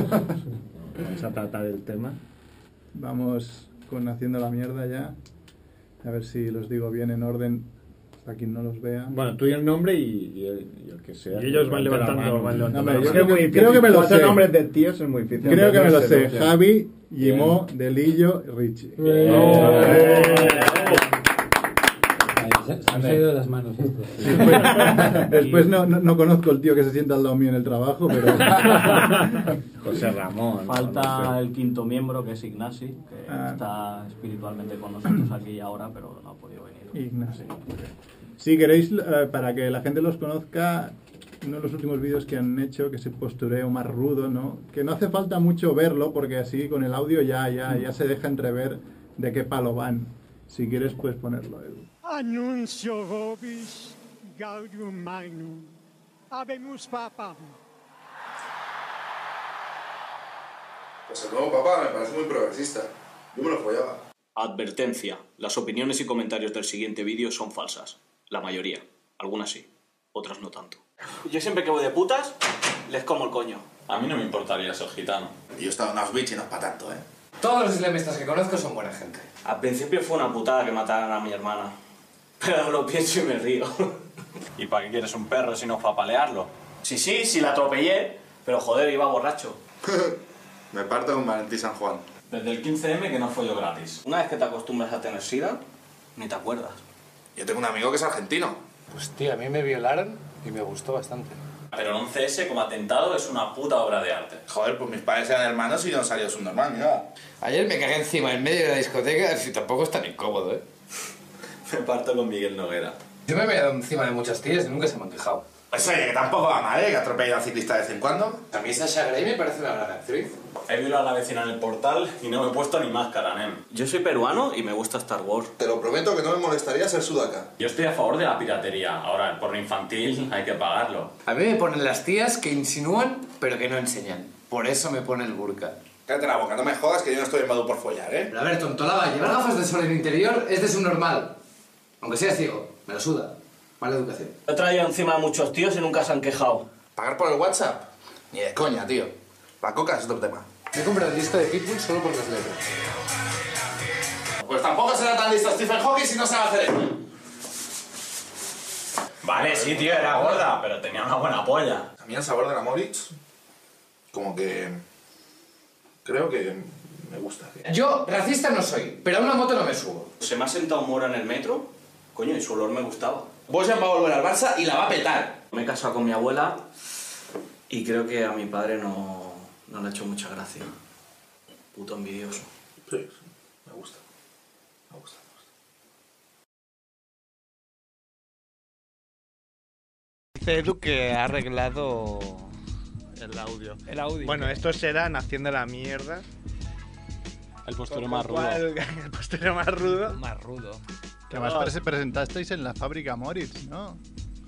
[SPEAKER 7] vamos a tratar el tema.
[SPEAKER 3] Vamos con haciendo la mierda ya. A ver si los digo bien en orden para quien no los vea.
[SPEAKER 7] Bueno, tú y el nombre y, y el, y el que sea.
[SPEAKER 3] Y ellos van
[SPEAKER 7] Levante la
[SPEAKER 3] levantando,
[SPEAKER 7] mano.
[SPEAKER 3] van levantando
[SPEAKER 7] No,
[SPEAKER 3] la
[SPEAKER 7] pero
[SPEAKER 3] mano.
[SPEAKER 7] es que es muy
[SPEAKER 3] Creo que me lo
[SPEAKER 7] Cuatro
[SPEAKER 3] sé.
[SPEAKER 7] nombres de tíos es muy difícil.
[SPEAKER 3] Creo que me lo sé.
[SPEAKER 7] Bien.
[SPEAKER 3] Javi, Gimó, Delillo, Richie. Eh,
[SPEAKER 18] Se, se han salido de las manos estos.
[SPEAKER 3] Después, pues, después no, no, no conozco el tío que se sienta al lado mío en el trabajo, pero...
[SPEAKER 7] José Ramón.
[SPEAKER 19] Falta
[SPEAKER 7] no sé. Ah.
[SPEAKER 19] el quinto miembro, que es Ignasi, que está espiritualmente con nosotros aquí y ahora, pero no ha podido venir.
[SPEAKER 3] Ignasi. Si queréis, eh, para que la gente los conozca, uno de los últimos vídeos que han hecho, que es el postureo más rudo, ¿no? Que no hace falta mucho verlo, porque así con el audio ya, ya, ya se deja entrever de qué palo van. Si quieres, puedes ponerlo, Edu.
[SPEAKER 6] Annuncio vobis gaudium magnum. Habemus papam.
[SPEAKER 20] Pues el nuevo papá me parece muy progresista. Yo me lo follaba.
[SPEAKER 21] Advertencia. Las opiniones y comentarios del siguiente vídeo son falsas. La mayoría. Algunas sí. Otras no tanto.
[SPEAKER 10] Yo siempre que voy de putas, les como el coño.
[SPEAKER 21] A mí no me importaría ser gitano.
[SPEAKER 20] Yo estaba en Auschwitz y no es para tanto, ¿eh?
[SPEAKER 10] Todos los islamistas que conozco son buena gente.
[SPEAKER 21] Al principio fue una putada que mataran a mi hermana. Pero lo pienso y me río. ¿Y para qué quieres un perro si no para palearlo? Sí, sí, sí la atropellé. Pero joder, iba borracho.
[SPEAKER 20] Me parto con Valentín San Juan.
[SPEAKER 21] Desde el 15M que no follo gratis. Una vez que te acostumbras a tener sida, ni te acuerdas.
[SPEAKER 20] Yo tengo un amigo que es argentino.
[SPEAKER 21] Pues tío, a mí me violaron y me gustó bastante. Ah, Pero el 11S como atentado es una puta obra de arte.
[SPEAKER 20] Joder, pues mis padres eran hermanos y yo no salió subnormal ni nada.
[SPEAKER 10] Ayer me cagué encima en medio de la discoteca, si tampoco es tan incómodo, ¿eh?
[SPEAKER 21] Me parto con Miguel Noguera.
[SPEAKER 10] Yo me he dado encima de muchas tías y nunca se me han quejado.
[SPEAKER 20] Pues oye, que tampoco va mal, ¿eh? Que atropella al ciclista de vez en cuando.
[SPEAKER 10] A mí Sasha Grey me parece una gran actriz.
[SPEAKER 21] He violado a la vecina en el portal y no me he puesto ni máscara, nen. Yo soy peruano y me gusta Star Wars.
[SPEAKER 20] Te lo prometo que no me molestaría ser sudaca.
[SPEAKER 21] Yo estoy a favor de la piratería. Ahora, el porno infantil hay que pagarlo.
[SPEAKER 10] A mí me ponen las tías que insinúan, pero que no enseñan. Por eso me pone el burka.
[SPEAKER 20] Cállate la boca, no me jodas que yo no estoy en Madú por follar, ¿eh?
[SPEAKER 10] Pero a ver, tontolaba, llevar gafas de sol en interior es de subnormal. Aunque seas ciego, me lo suda. Mala educación.
[SPEAKER 21] He traído encima a muchos tíos y nunca se han quejado.
[SPEAKER 20] ¿Pagar por el WhatsApp? Ni de coña, tío. La coca es otro tema.
[SPEAKER 10] Me he comprado el disco de Pitbull solo por las letras.
[SPEAKER 20] Pues tampoco será tan listo Stephen Hawking si no sabe hacer eso.
[SPEAKER 21] Vale, sí, tío, era gorda, pero tenía una buena polla.
[SPEAKER 20] A mí el sabor de la Moritz, como que... Creo que me gusta. tío.
[SPEAKER 10] Yo racista no soy, pero a una moto no me subo.
[SPEAKER 21] Se me ha sentado mora en el metro. Coño, y su olor me gustaba.
[SPEAKER 10] Boyan va a volver al Barça y la va a
[SPEAKER 21] petar. Me he casado con mi abuela y creo que a mi padre no, no le ha hecho mucha gracia. Puto envidioso.
[SPEAKER 20] Sí, me gusta. Me gusta.
[SPEAKER 5] Dice Edu que ha arreglado el audio.
[SPEAKER 22] El audio.
[SPEAKER 5] Bueno, estos eran haciendo la mierda.
[SPEAKER 23] El
[SPEAKER 5] postureo más rudo. El postureo más rudo.
[SPEAKER 22] Más rudo.
[SPEAKER 5] Que
[SPEAKER 24] Que
[SPEAKER 9] Ah.
[SPEAKER 24] además prese- presentasteis en la fábrica Moritz, ¿no?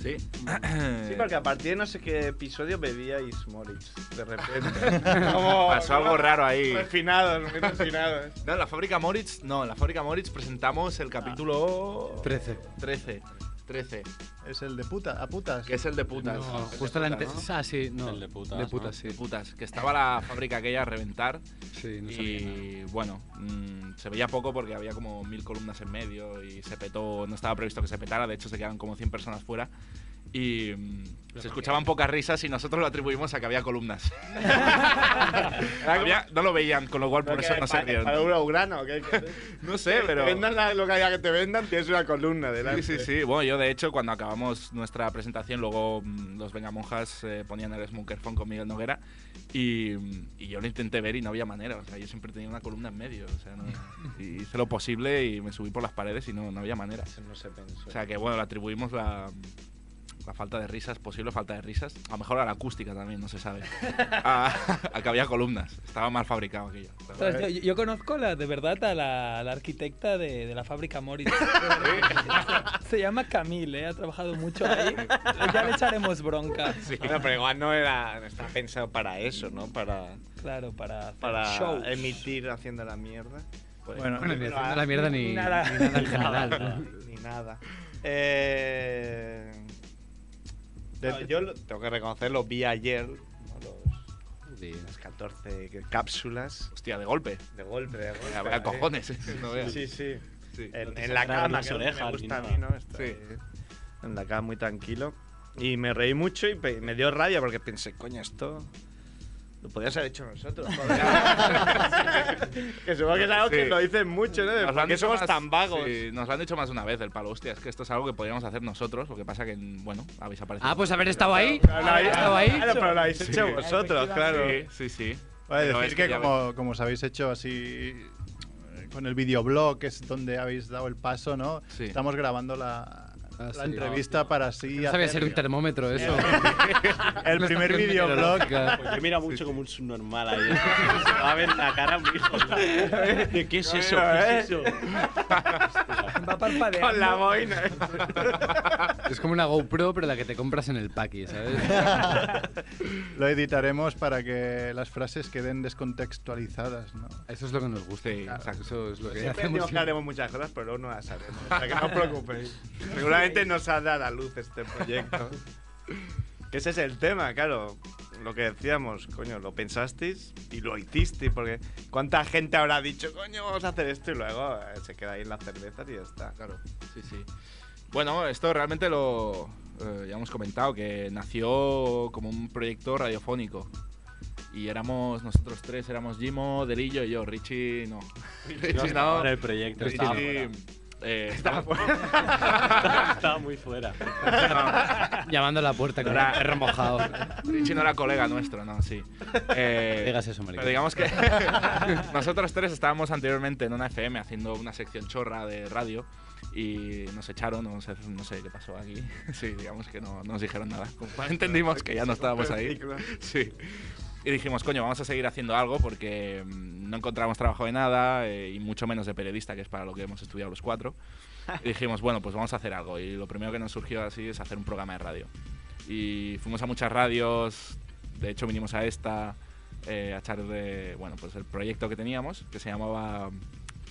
[SPEAKER 5] Sí.
[SPEAKER 9] Eh.
[SPEAKER 5] Sí, porque a partir de no sé qué episodio bebíais Moritz, de repente.
[SPEAKER 9] Pasó algo raro ahí.
[SPEAKER 5] Refinados, muy refinados.
[SPEAKER 9] No, en la fábrica Moritz, no, en la fábrica Moritz presentamos el capítulo
[SPEAKER 5] 13.
[SPEAKER 9] 13. 13.
[SPEAKER 24] Es el de puta, a putas.
[SPEAKER 9] Que es el de putas.
[SPEAKER 24] No,
[SPEAKER 9] El de
[SPEAKER 24] justo la
[SPEAKER 9] putas,
[SPEAKER 24] antes-
[SPEAKER 9] ¿no?
[SPEAKER 24] ah, sí, no. El de putas,
[SPEAKER 9] De
[SPEAKER 24] ¿no?
[SPEAKER 9] putas, sí. Putas, que estaba la fábrica aquella a reventar.
[SPEAKER 23] Sí, no sabía
[SPEAKER 9] Y bueno, mm, se veía poco porque había como mil columnas en medio y se petó, no estaba previsto que se petara, de hecho se quedaron como 100 personas fuera. y mm, se escuchaban pocas risas y nosotros lo atribuimos a que había columnas. Había- no lo veían, con lo cual por eso no se rieron.
[SPEAKER 7] Para un grano, ¿qué?
[SPEAKER 9] No sé, pero...
[SPEAKER 7] Que vendan la- lo que haya que te vendan, tienes una columna delante.
[SPEAKER 9] Sí, sí, sí. Bueno, yo de hecho, cuando acabamos nuestra presentación, luego mm, los Vengamonjas eh, ponían el Smokerphone con Miguel Noguera y, mm, y yo lo intenté ver y no había manera. O sea, yo siempre tenía una columna en medio. O sea, no- y hice lo posible y me subí por las paredes y no, no había manera.
[SPEAKER 7] No se pensó.
[SPEAKER 9] O sea, que bueno, le atribuimos la, la falta de risas, posible falta de risas. A lo mejor a la acústica también, no se sabe. A, a que había columnas. Estaba mal fabricado aquello.
[SPEAKER 25] Ostras, yo, yo- yo conozco la, de verdad a la, a la arquitecta de, de la fábrica Moritz. Se llama Camille, ¿eh? ha trabajado mucho ahí. Pues Ya le echaremos bronca.
[SPEAKER 13] Bueno, pero igual no era, no estaba pensado para eso, ¿no? Para,
[SPEAKER 25] Claro, para, hacer
[SPEAKER 13] para
[SPEAKER 25] shows.
[SPEAKER 13] emitir haciendo la mierda. Pues-
[SPEAKER 14] Bueno, ni haciendo la mierda ni- ni nada en general, ¿no?
[SPEAKER 13] Ni nada.
[SPEAKER 7] Eh, no, yo lo- tengo que reconocerlo, vi ayer ¿no? los, las 14 que- cápsulas.
[SPEAKER 9] Hostia, de golpe.
[SPEAKER 7] De golpe, de golpe.
[SPEAKER 9] Vaya
[SPEAKER 7] ¿eh?
[SPEAKER 9] cojones, ¿eh? No veas.
[SPEAKER 7] sí, sí.
[SPEAKER 9] Sí.
[SPEAKER 7] En,
[SPEAKER 9] No te
[SPEAKER 7] en la
[SPEAKER 9] sangraban
[SPEAKER 7] cama,
[SPEAKER 9] las
[SPEAKER 7] que es lo que me
[SPEAKER 9] orejas ni
[SPEAKER 7] gusta a
[SPEAKER 9] nada.
[SPEAKER 7] mí, ¿no? Estar
[SPEAKER 9] Sí.
[SPEAKER 7] ahí En la cama muy tranquilo. Y me reí mucho y pe- me dio rabia porque pensé, coño, esto lo podías haber hecho nosotros. joder". que supongo que es algo que
[SPEAKER 9] Sí.
[SPEAKER 7] lo dicen mucho, ¿no? De
[SPEAKER 9] Nos lo
[SPEAKER 7] ¿Por
[SPEAKER 9] han
[SPEAKER 7] qué
[SPEAKER 9] dicho
[SPEAKER 7] somos
[SPEAKER 9] más-
[SPEAKER 7] tan vagos?
[SPEAKER 9] sí, nos lo han dicho más de una vez el palo. Hostia, es que esto es algo que podríamos hacer nosotros. Lo que pasa que, bueno, habéis aparecido.
[SPEAKER 14] Ah, pues haber estado ahí.
[SPEAKER 9] Claro,
[SPEAKER 14] Haber estado ahí.
[SPEAKER 7] Claro, pero lo habéis hecho
[SPEAKER 9] Sí.
[SPEAKER 7] vosotros, claro.
[SPEAKER 9] Sí, sí. sí.
[SPEAKER 7] Vale,
[SPEAKER 9] Pero
[SPEAKER 7] decís
[SPEAKER 9] es
[SPEAKER 7] que
[SPEAKER 9] ya ves.
[SPEAKER 7] como-
[SPEAKER 3] como os habéis hecho así eh, con el videoblog, que es donde habéis dado el paso, ¿no?
[SPEAKER 14] Sí.
[SPEAKER 3] Estamos grabando la, la
[SPEAKER 14] sí.
[SPEAKER 3] entrevista para así.
[SPEAKER 14] No sabía
[SPEAKER 3] hacer-
[SPEAKER 14] ser un termómetro eso.
[SPEAKER 3] el
[SPEAKER 14] Una
[SPEAKER 3] primer
[SPEAKER 14] estación
[SPEAKER 3] videoblog.
[SPEAKER 14] meteorológica.
[SPEAKER 26] Pues yo mira mucho como un subnormal ahí. Se va a ver la cara muy jodida. ¿De qué es eso?
[SPEAKER 14] ¿eh?
[SPEAKER 26] ¿Qué es eso?
[SPEAKER 5] Va parpadeando.
[SPEAKER 7] Con la boina.
[SPEAKER 14] Es como una GoPro, pero la que te compras en el paqui, ¿sabes?
[SPEAKER 3] Lo editaremos para que las frases queden descontextualizadas, ¿no?
[SPEAKER 14] Eso es lo que nos gusta. Eso es lo que
[SPEAKER 7] Siempre
[SPEAKER 14] hacemos.
[SPEAKER 7] decimos que haremos muchas cosas, pero luego no las haremos. O sea, que no os preocupéis. Seguramente nos saldrá a la luz este proyecto. Que ese es el tema, claro. Lo que decíamos, coño, lo pensasteis y lo hicisteis, porque ¿cuánta gente habrá dicho, coño, vamos a hacer esto? Y luego eh, se queda ahí en las cervezas y ya está.
[SPEAKER 9] Claro, sí, sí. Bueno, esto realmente lo eh, ya hemos comentado, que nació como un proyecto radiofónico. Y éramos nosotros tres, éramos Jimo, Delillo y yo. Richie no.
[SPEAKER 26] no estaba en el proyecto,
[SPEAKER 9] Richie,
[SPEAKER 26] estaba
[SPEAKER 9] eh,
[SPEAKER 26] fuera.
[SPEAKER 9] estaba
[SPEAKER 26] Estaba muy fuera.
[SPEAKER 14] Llamando a la puerta con
[SPEAKER 9] Era-
[SPEAKER 14] el perro mojado.
[SPEAKER 9] Richie no era colega nuestro, no, sí. Eh,
[SPEAKER 14] Digas eso, marica.
[SPEAKER 9] Pero digamos que nosotros tres estábamos anteriormente en una FM haciendo una sección chorra de radio y nos echaron, no sé, no sé qué pasó aquí. Sí, digamos que no, no nos dijeron nada. Como cual entendimos que ya no estábamos ahí. Sí. Y dijimos, coño, vamos a seguir haciendo algo porque mm, no encontramos trabajo de nada eh, y mucho menos de periodista, que es para lo que hemos estudiado los cuatro. Y dijimos, bueno, pues vamos a hacer algo. Y lo primero que nos surgió así es hacer un programa de radio. Y fuimos a muchas radios, de hecho vinimos a esta, eh, a echar de, bueno, pues el proyecto que teníamos, que se llamaba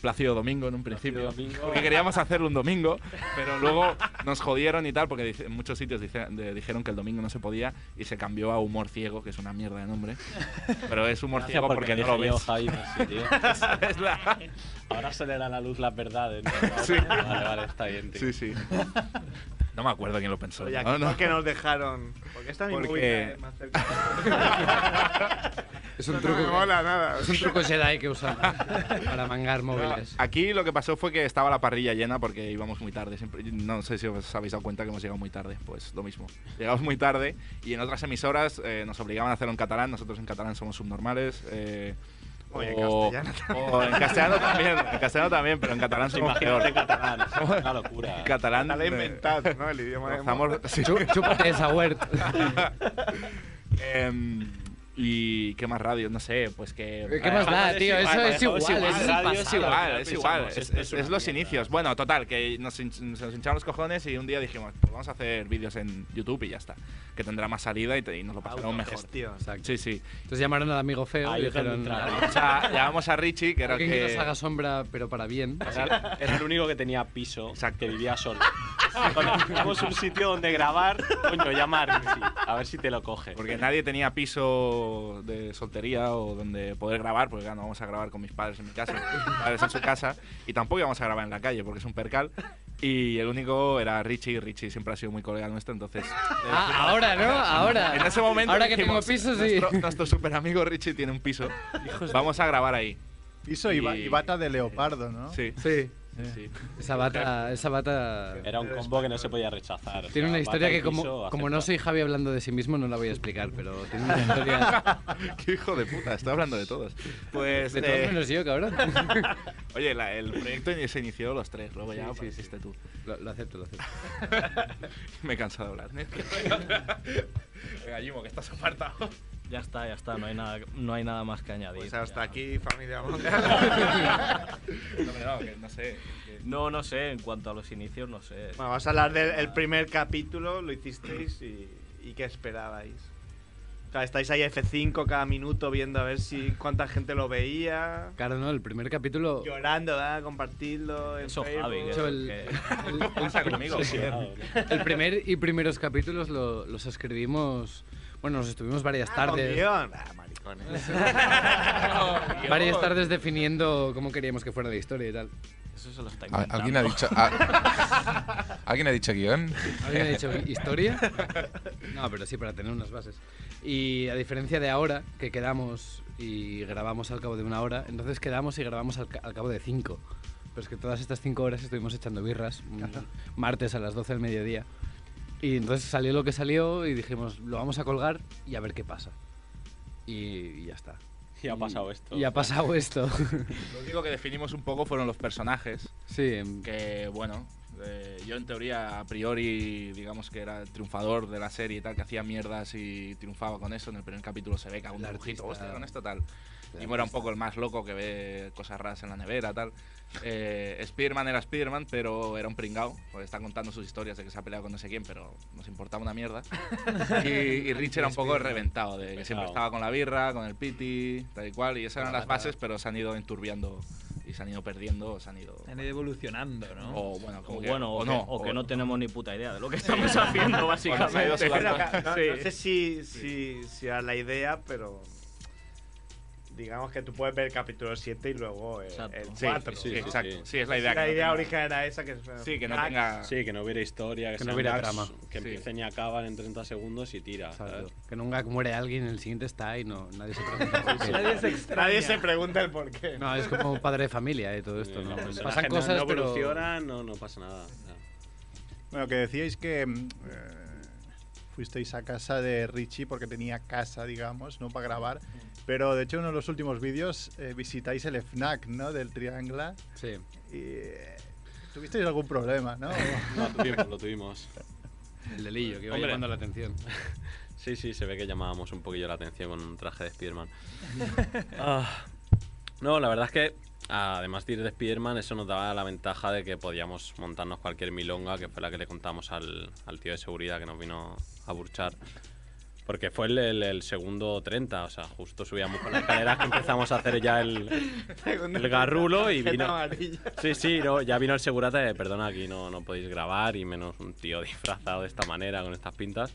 [SPEAKER 9] Plácido Domingo en un principio.
[SPEAKER 26] Domingo.
[SPEAKER 9] Porque queríamos hacerlo un domingo, pero luego nos jodieron y tal, porque dice- en muchos sitios dice- de- dijeron que el domingo no se podía y se cambió a Humor Ciego, que es una mierda de nombre. Pero es Humor
[SPEAKER 26] Gracias
[SPEAKER 9] Ciego porque, no lo
[SPEAKER 26] dije yo,
[SPEAKER 9] ves.
[SPEAKER 26] Javi, pues sí, tío. Ahora salen a la luz las verdades. ¿no?
[SPEAKER 9] Sí.
[SPEAKER 26] Vale, vale, está bien, tío.
[SPEAKER 9] Sí, sí. No me acuerdo quién lo pensó.
[SPEAKER 7] Oye,
[SPEAKER 9] No, no.
[SPEAKER 7] ¿por qué nos dejaron? Porque esta es mi
[SPEAKER 9] Porque-
[SPEAKER 7] móvil, eh, más cerca.
[SPEAKER 14] Es un
[SPEAKER 7] No,
[SPEAKER 14] truco.
[SPEAKER 7] No me
[SPEAKER 14] que-
[SPEAKER 7] mola nada.
[SPEAKER 14] Es un truco Jedi que usan para mangar móviles.
[SPEAKER 9] Aquí lo que pasó fue que estaba la parrilla llena porque íbamos muy tarde. Siempre, no sé si os habéis dado cuenta que hemos llegado muy tarde. Pues lo mismo. Llegamos muy tarde y en otras emisoras eh, nos obligaban a hacerlo en catalán. Nosotros en catalán somos subnormales. eh,
[SPEAKER 7] O en castellano también.
[SPEAKER 9] o en castellano también. En castellano también, pero en catalán somos peor.
[SPEAKER 26] Imagínate en catalán. es Una locura.
[SPEAKER 9] En catalán.
[SPEAKER 7] La he
[SPEAKER 9] eh,
[SPEAKER 7] inventado, ¿no? El idioma de
[SPEAKER 9] rozamos- sí.
[SPEAKER 14] Chú- Chúpate esa huerta.
[SPEAKER 9] Em, y qué más radio, no sé, pues que.
[SPEAKER 14] ¿Qué más da,
[SPEAKER 9] es
[SPEAKER 14] tío?
[SPEAKER 9] igual,
[SPEAKER 14] Eso es
[SPEAKER 9] dejamos
[SPEAKER 14] igual, eso es el pasado.
[SPEAKER 9] radio Es igual, es igual.
[SPEAKER 14] Pensamos,
[SPEAKER 9] Es,
[SPEAKER 14] esto
[SPEAKER 9] es- es los inicios. Bueno, total, que nos, hin- se nos hincharon los cojones y un día dijimos, pues vamos a hacer vídeos en YouTube y ya está. Que tendrá más salida y, te- y nos lo pasaremos mejor. Sí, sí.
[SPEAKER 14] Entonces llamaron al amigo feo
[SPEAKER 9] Ahí
[SPEAKER 14] y
[SPEAKER 9] es donde
[SPEAKER 14] dijeron.
[SPEAKER 9] entra. Llamamos a- llamamos a Richie, que era el
[SPEAKER 14] Alguien
[SPEAKER 9] que-
[SPEAKER 14] nos haga sombra, pero para bien.
[SPEAKER 26] Era, era el único que tenía piso, que vivía solo. Tenemos un sitio donde grabar, coño, llamar. A ver si te lo coge.
[SPEAKER 9] Porque nadie tenía piso de soltería o donde poder grabar, porque claro, no vamos a grabar con mis padres en mi casa, mis padres en su casa, y tampoco íbamos a grabar en la calle, porque es un percal. Y el único era Richie, y Richie siempre ha sido muy colega nuestro, entonces...
[SPEAKER 10] Ah, ahora, ¿no? Ahora.
[SPEAKER 9] En ese momento
[SPEAKER 10] Ahora que tengo
[SPEAKER 9] dijimos,
[SPEAKER 10] piso, sí.
[SPEAKER 9] Nuestro, nuestro super amigo Richie tiene un piso, vamos a grabar ahí.
[SPEAKER 3] Piso y, ba- y bata de leopardo, ¿no?
[SPEAKER 9] Sí.
[SPEAKER 10] Sí.
[SPEAKER 9] Sí.
[SPEAKER 10] Esa bata, esa bata.
[SPEAKER 26] Era un combo que no se podía rechazar. o sea,
[SPEAKER 10] Tiene una historia
[SPEAKER 26] bata y
[SPEAKER 10] que como,
[SPEAKER 26] piso,
[SPEAKER 10] como no soy Javi hablando de sí mismo no la voy a explicar, pero tiene una historia.
[SPEAKER 9] Qué hijo de puta, estoy hablando de todos. Pues,
[SPEAKER 10] de todos
[SPEAKER 9] eh,
[SPEAKER 10] menos yo, cabrón.
[SPEAKER 9] Oye, la- el proyecto ni- se inició los tres, luego ya pues, hiciste tú.
[SPEAKER 10] Lo, acepto, lo acepto.
[SPEAKER 9] Me he cansado de hablar. ¿eh? Venga, Jimo, que estás apartado.
[SPEAKER 21] Ya está, ya está, no hay nada, no hay nada más que añadir.
[SPEAKER 9] Pues hasta
[SPEAKER 21] aquí, familia
[SPEAKER 9] No, no, que no sé.
[SPEAKER 21] No, no sé, en cuanto a los inicios, no sé.
[SPEAKER 7] Bueno, vamos a hablar del el primer capítulo, lo hicisteis y, y qué esperabais. Claro, estáis ahí F5 cada minuto viendo a ver si cuánta gente lo veía.
[SPEAKER 10] Claro, no, el primer capítulo.
[SPEAKER 7] Llorando, ¿verdad? Compartidlo. En
[SPEAKER 21] Eso
[SPEAKER 7] Facebook.
[SPEAKER 21] Javi, que- Eso el- que- el- el-
[SPEAKER 7] Pasa conmigo.
[SPEAKER 10] Sí, sí. El primer y primeros capítulos lo- los escribimos. Bueno, nos estuvimos varias tardes.
[SPEAKER 7] guión. Ah, maricones.
[SPEAKER 6] ¿eh?
[SPEAKER 10] varias tardes definiendo cómo queríamos que fuera la historia y tal.
[SPEAKER 21] Eso se lo está
[SPEAKER 17] ¿Al- Ah, ¿Alguien ha dicho, a- ¿Alguien ha dicho guión?
[SPEAKER 10] Alguien ha dicho historia. No, pero sí, para tener unas bases. Y a diferencia de ahora, que quedamos y grabamos al cabo de una hora, entonces quedamos y grabamos al, ca- al cabo de cinco. Pero es que todas estas cinco horas estuvimos echando birras, un martes a las 12 del mediodía. Y entonces salió lo que salió y dijimos, lo vamos a colgar y a ver qué pasa. Y, y ya está.
[SPEAKER 26] Y ha pasado esto.
[SPEAKER 10] Y ha pasado esto.
[SPEAKER 9] Lo único que definimos un poco fueron los personajes.
[SPEAKER 10] Sí.
[SPEAKER 9] Que, bueno, eh, yo en teoría, a priori, digamos que era el triunfador de la serie y tal, que hacía mierdas y triunfaba con eso. En el primer capítulo se ve que hago un
[SPEAKER 17] El
[SPEAKER 9] dibujito,
[SPEAKER 17] artista.
[SPEAKER 9] hostia, con esto tal. Jimo era un poco el más loco que ve cosas raras en la nevera, tal. Eh, Spearman era Spearman, pero era un pringao. Porque está contando sus historias de que se ha peleado con no sé quién, pero nos importaba una mierda. Y, y Rich era un poco
[SPEAKER 17] Spearman.
[SPEAKER 9] reventado, de que siempre
[SPEAKER 17] Pesado.
[SPEAKER 9] estaba con la birra, con el piti, tal y cual. Y esas eran
[SPEAKER 25] Con la
[SPEAKER 9] las
[SPEAKER 25] bata.
[SPEAKER 9] bases, pero se han ido enturbiando y se han ido perdiendo, o se han ido...
[SPEAKER 25] Han ido evolucionando, ¿no?
[SPEAKER 9] O bueno, como
[SPEAKER 21] O
[SPEAKER 9] que-
[SPEAKER 21] bueno,
[SPEAKER 9] o
[SPEAKER 21] o, que,
[SPEAKER 9] no,
[SPEAKER 21] o que
[SPEAKER 9] o-
[SPEAKER 21] no tenemos ni puta idea de lo que estamos haciendo, básicamente.
[SPEAKER 7] Bueno, no, no
[SPEAKER 21] Sí.
[SPEAKER 7] sé si, si, si era la idea, pero. Digamos que tú puedes ver el capítulo 7 y luego el, el
[SPEAKER 9] Sí,
[SPEAKER 7] 4.
[SPEAKER 9] sí, sí, sí, exacto. Sí, es la idea.
[SPEAKER 7] La
[SPEAKER 9] que no
[SPEAKER 7] idea
[SPEAKER 9] tenga-
[SPEAKER 7] original era esa que.
[SPEAKER 9] Sí, que no
[SPEAKER 7] Ah,
[SPEAKER 9] tenga-
[SPEAKER 7] sí.
[SPEAKER 17] Sí, que no hubiera historia,
[SPEAKER 10] Que
[SPEAKER 17] que,
[SPEAKER 10] no
[SPEAKER 17] sean
[SPEAKER 10] hubiera
[SPEAKER 17] gags
[SPEAKER 10] trama.
[SPEAKER 17] Que
[SPEAKER 10] Sí.
[SPEAKER 17] empiecen y acaban en 30 segundos y tira. ¿sabes?
[SPEAKER 10] Que en un gag muere alguien, el siguiente está y no, nadie se pregunta por qué.
[SPEAKER 7] Nadie se extraña. Nadie se pregunta el por qué.
[SPEAKER 10] No, es como padre de familia y todo esto.
[SPEAKER 17] Eh,
[SPEAKER 10] ¿no?
[SPEAKER 17] los personajes
[SPEAKER 10] Pasan
[SPEAKER 17] no-
[SPEAKER 10] cosas,
[SPEAKER 17] no
[SPEAKER 10] pero...
[SPEAKER 17] evolucionan, no, no pasa nada.
[SPEAKER 3] Bueno, que decíais que mm, eh, fuisteis a casa de Richie porque tenía casa, digamos, ¿no? Para grabar. Pero de hecho, en uno de los últimos vídeos eh, visitáis el FNAC, ¿no? Del Triangla.
[SPEAKER 10] Sí.
[SPEAKER 3] Y, eh, tuvisteis algún problema, ¿no?
[SPEAKER 17] Lo tuvimos, lo tuvimos.
[SPEAKER 10] El delillo, que iba
[SPEAKER 17] Hombre.
[SPEAKER 10] llamando la atención.
[SPEAKER 17] Sí, sí, se ve que llamábamos un poquillo la atención con un traje de Spiderman. Ah, no, la verdad es que además de ir de Spiderman, eso nos daba la ventaja de que podíamos montarnos cualquier milonga, que fue la que le contamos al, al tío de seguridad que nos vino a burchar. Porque fue el, el- el segundo 30, o sea, justo subíamos por las escaleras que empezamos a hacer ya el,
[SPEAKER 7] Segundo
[SPEAKER 17] el garrulo y
[SPEAKER 7] 30,
[SPEAKER 17] vino...
[SPEAKER 7] amarilla.
[SPEAKER 17] Sí, sí, no, ya vino el segurata de, perdona, aquí no, no podéis grabar y menos un tío disfrazado de esta manera, con estas pintas.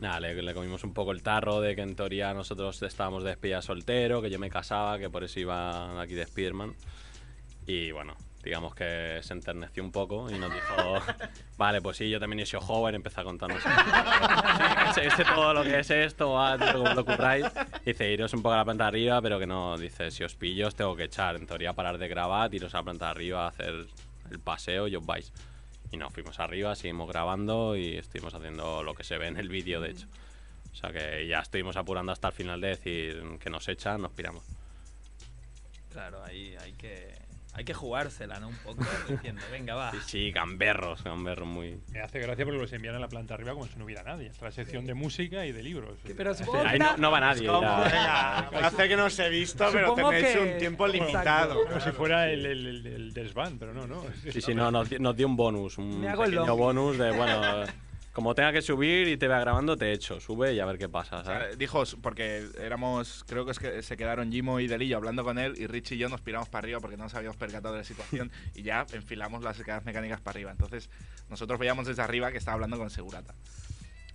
[SPEAKER 17] Nada, le, le comimos un poco el tarro de que en teoría nosotros estábamos de espía soltero, que yo me casaba, que por eso iba aquí de Spearman. Y bueno, digamos que se enterneció un poco y nos dijo, vale, pues sí, yo también he sido joven, empezó a contarnos. Sí, que sé todo lo que es esto, va, tío, cómo lo curráis. Dice, iros un poco a la planta de arriba, pero que no, dice, si os pillo os tengo que echar. En teoría parar de grabar, iros a la planta de arriba, hacer el paseo y os vais. Y nos fuimos arriba, seguimos grabando y estuvimos haciendo lo que se ve en el vídeo, de hecho. O sea que ya estuvimos apurando hasta el final de decir que nos echan, nos piramos.
[SPEAKER 25] Claro, ahí hay que, hay que jugársela, ¿no? Un poco, diciendo, venga, va.
[SPEAKER 17] Sí, sí, gamberros, gamberros muy...
[SPEAKER 27] Me hace gracia porque los envían a la planta arriba como si no hubiera nadie. Está la sección de música y de libros.
[SPEAKER 25] Pero
[SPEAKER 17] supongo que Ahí no- no va nadie,
[SPEAKER 27] Como-
[SPEAKER 17] ya.
[SPEAKER 27] Venga,
[SPEAKER 17] Venga,
[SPEAKER 27] hace que no os he visto, pero
[SPEAKER 17] Supongo
[SPEAKER 27] tenéis
[SPEAKER 17] que-
[SPEAKER 27] un tiempo
[SPEAKER 17] Exacto.
[SPEAKER 27] limitado.
[SPEAKER 17] Como
[SPEAKER 27] si fuera el, el, el, el desván, pero no, no.
[SPEAKER 17] Sí, sí, no, nos, di- nos dio un bonus, un
[SPEAKER 27] Me hago el
[SPEAKER 17] pequeño
[SPEAKER 27] long.
[SPEAKER 17] bonus de, bueno, como tenga que subir y te vea grabando, te echo, sube y a ver qué pasa,
[SPEAKER 9] O sea,
[SPEAKER 17] ¿sabes?
[SPEAKER 9] dijo, porque éramos, creo que, es que se quedaron Jimo y Delillo hablando con él y Rich y yo nos piramos para arriba porque no nos habíamos percatado de la situación y ya enfilamos las escalas mecánicas para arriba. Entonces nosotros veíamos desde arriba que estaba hablando con Segurata.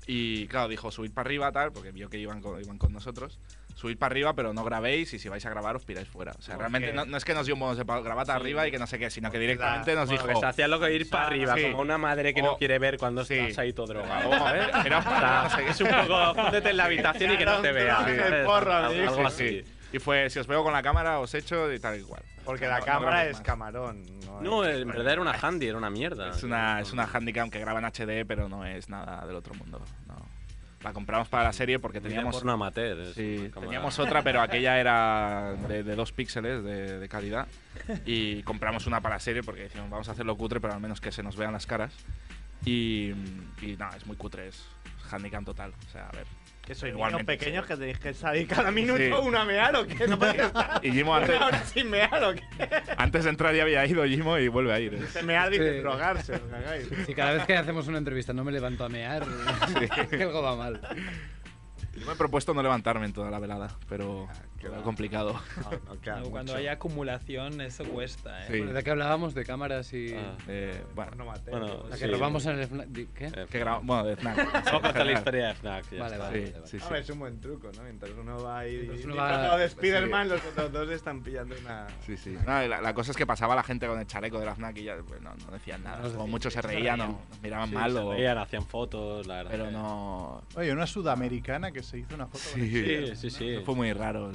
[SPEAKER 9] Y claro, dijo subid para arriba, tal, porque vio que iban con, iban con nosotros.
[SPEAKER 21] Pues
[SPEAKER 9] Subid para arriba, pero no grabéis y si vais a grabar os piráis fuera. O sea,
[SPEAKER 17] Porque-
[SPEAKER 9] realmente no, no es que nos dio un bonus de pa- grabata
[SPEAKER 17] Sí.
[SPEAKER 9] arriba y que no sé qué, sino que directamente nos dijo. "Ah,
[SPEAKER 17] Pues hacía lo que ir para arriba,
[SPEAKER 9] Sí. Oh,
[SPEAKER 17] como una madre que no quiere ver cuando estás ahí todo drogado.
[SPEAKER 9] Joder, era para- eh, no sé qué.
[SPEAKER 17] es un poco, jódete en la habitación y que no te vean.
[SPEAKER 9] Sí,
[SPEAKER 17] ¿sabes?
[SPEAKER 9] porro,
[SPEAKER 17] algo,
[SPEAKER 9] sí,
[SPEAKER 17] algo
[SPEAKER 9] sí,
[SPEAKER 17] así.
[SPEAKER 9] sí. Y fue, si os veo con la cámara, os echo y tal y cual.
[SPEAKER 3] Porque la
[SPEAKER 9] No, no
[SPEAKER 3] cámara
[SPEAKER 9] grabéis
[SPEAKER 3] es
[SPEAKER 9] más.
[SPEAKER 3] camarón.
[SPEAKER 17] No, en verdad era una handy, era una mierda.
[SPEAKER 9] Es una, es una handicam que graba en HD, pero no es nada del otro mundo. no. La compramos para la serie porque
[SPEAKER 17] Mira,
[SPEAKER 9] teníamos.
[SPEAKER 17] porno amateur, es
[SPEAKER 9] Sí,
[SPEAKER 17] una cámara.
[SPEAKER 9] teníamos otra, pero aquella era de, de dos píxeles de, de calidad. Y compramos una para la serie porque decíamos, vamos a hacerlo cutre, pero al menos que se nos vean las caras. Y, y nada, es muy cutre, es handicam total. O sea, a ver.
[SPEAKER 7] Que soy niños
[SPEAKER 9] Igualmente,
[SPEAKER 7] pequeños
[SPEAKER 9] sí.
[SPEAKER 7] que tenéis que salir cada minuto
[SPEAKER 9] Sí.
[SPEAKER 7] una mear o qué. No podéis estar
[SPEAKER 9] Y Jimo antes,
[SPEAKER 7] una hora sin mear o qué.
[SPEAKER 9] antes de entrar ya había ido Jimo y vuelve a ir. ¿eh? es-
[SPEAKER 7] Se mear y
[SPEAKER 10] Sí.
[SPEAKER 7] drogarse, os cagáis.
[SPEAKER 10] Si cada vez que hacemos una entrevista no me levanto a mear, es que
[SPEAKER 17] Ah,
[SPEAKER 10] algo va mal.
[SPEAKER 9] Yo me he propuesto no levantarme en toda la velada,
[SPEAKER 17] Ah,
[SPEAKER 9] pero queda complicado.
[SPEAKER 25] Luego, cuando hay acumulación, eso cuesta, ¿eh?
[SPEAKER 9] Sí.
[SPEAKER 10] Bueno, ¿De qué hablábamos? ¿De cámaras y...?
[SPEAKER 9] Eh, bueno,
[SPEAKER 17] Ah. Bueno,
[SPEAKER 10] la que
[SPEAKER 17] sí.
[SPEAKER 10] robamos en el FNAC. ¿Di- ¿Qué?
[SPEAKER 9] Que gra- bueno, de Fnac.
[SPEAKER 17] Vamos a contar la
[SPEAKER 9] Fnac.
[SPEAKER 17] historia de Fnac, ya
[SPEAKER 10] Vale,
[SPEAKER 17] está.
[SPEAKER 10] vale,
[SPEAKER 9] Sí,
[SPEAKER 10] vale,
[SPEAKER 9] sí, sí.
[SPEAKER 7] A ver, es un buen truco, ¿no? Mientras uno va ahí
[SPEAKER 9] Mientras uno
[SPEAKER 7] disfrazado
[SPEAKER 9] va-
[SPEAKER 7] de Spider-Man,
[SPEAKER 9] sí.
[SPEAKER 7] los otros dos están pillando una.
[SPEAKER 9] Sí, sí. No, y la, la cosa es que pasaba la gente con el chaleco de la FNAC y ya pues, no, no decían nada.
[SPEAKER 17] No
[SPEAKER 9] Como
[SPEAKER 17] decían-
[SPEAKER 9] muchos se
[SPEAKER 17] se
[SPEAKER 9] reían,
[SPEAKER 17] reían.
[SPEAKER 9] o nos miraban
[SPEAKER 17] Sí,
[SPEAKER 9] mal
[SPEAKER 17] se
[SPEAKER 9] o...
[SPEAKER 17] reían, hacían fotos, la verdad.
[SPEAKER 9] Pero no...
[SPEAKER 3] Oye, una sudamericana que se hizo una foto con el
[SPEAKER 17] Sí,
[SPEAKER 3] chile.
[SPEAKER 17] sí, sí.
[SPEAKER 9] Fue muy raro.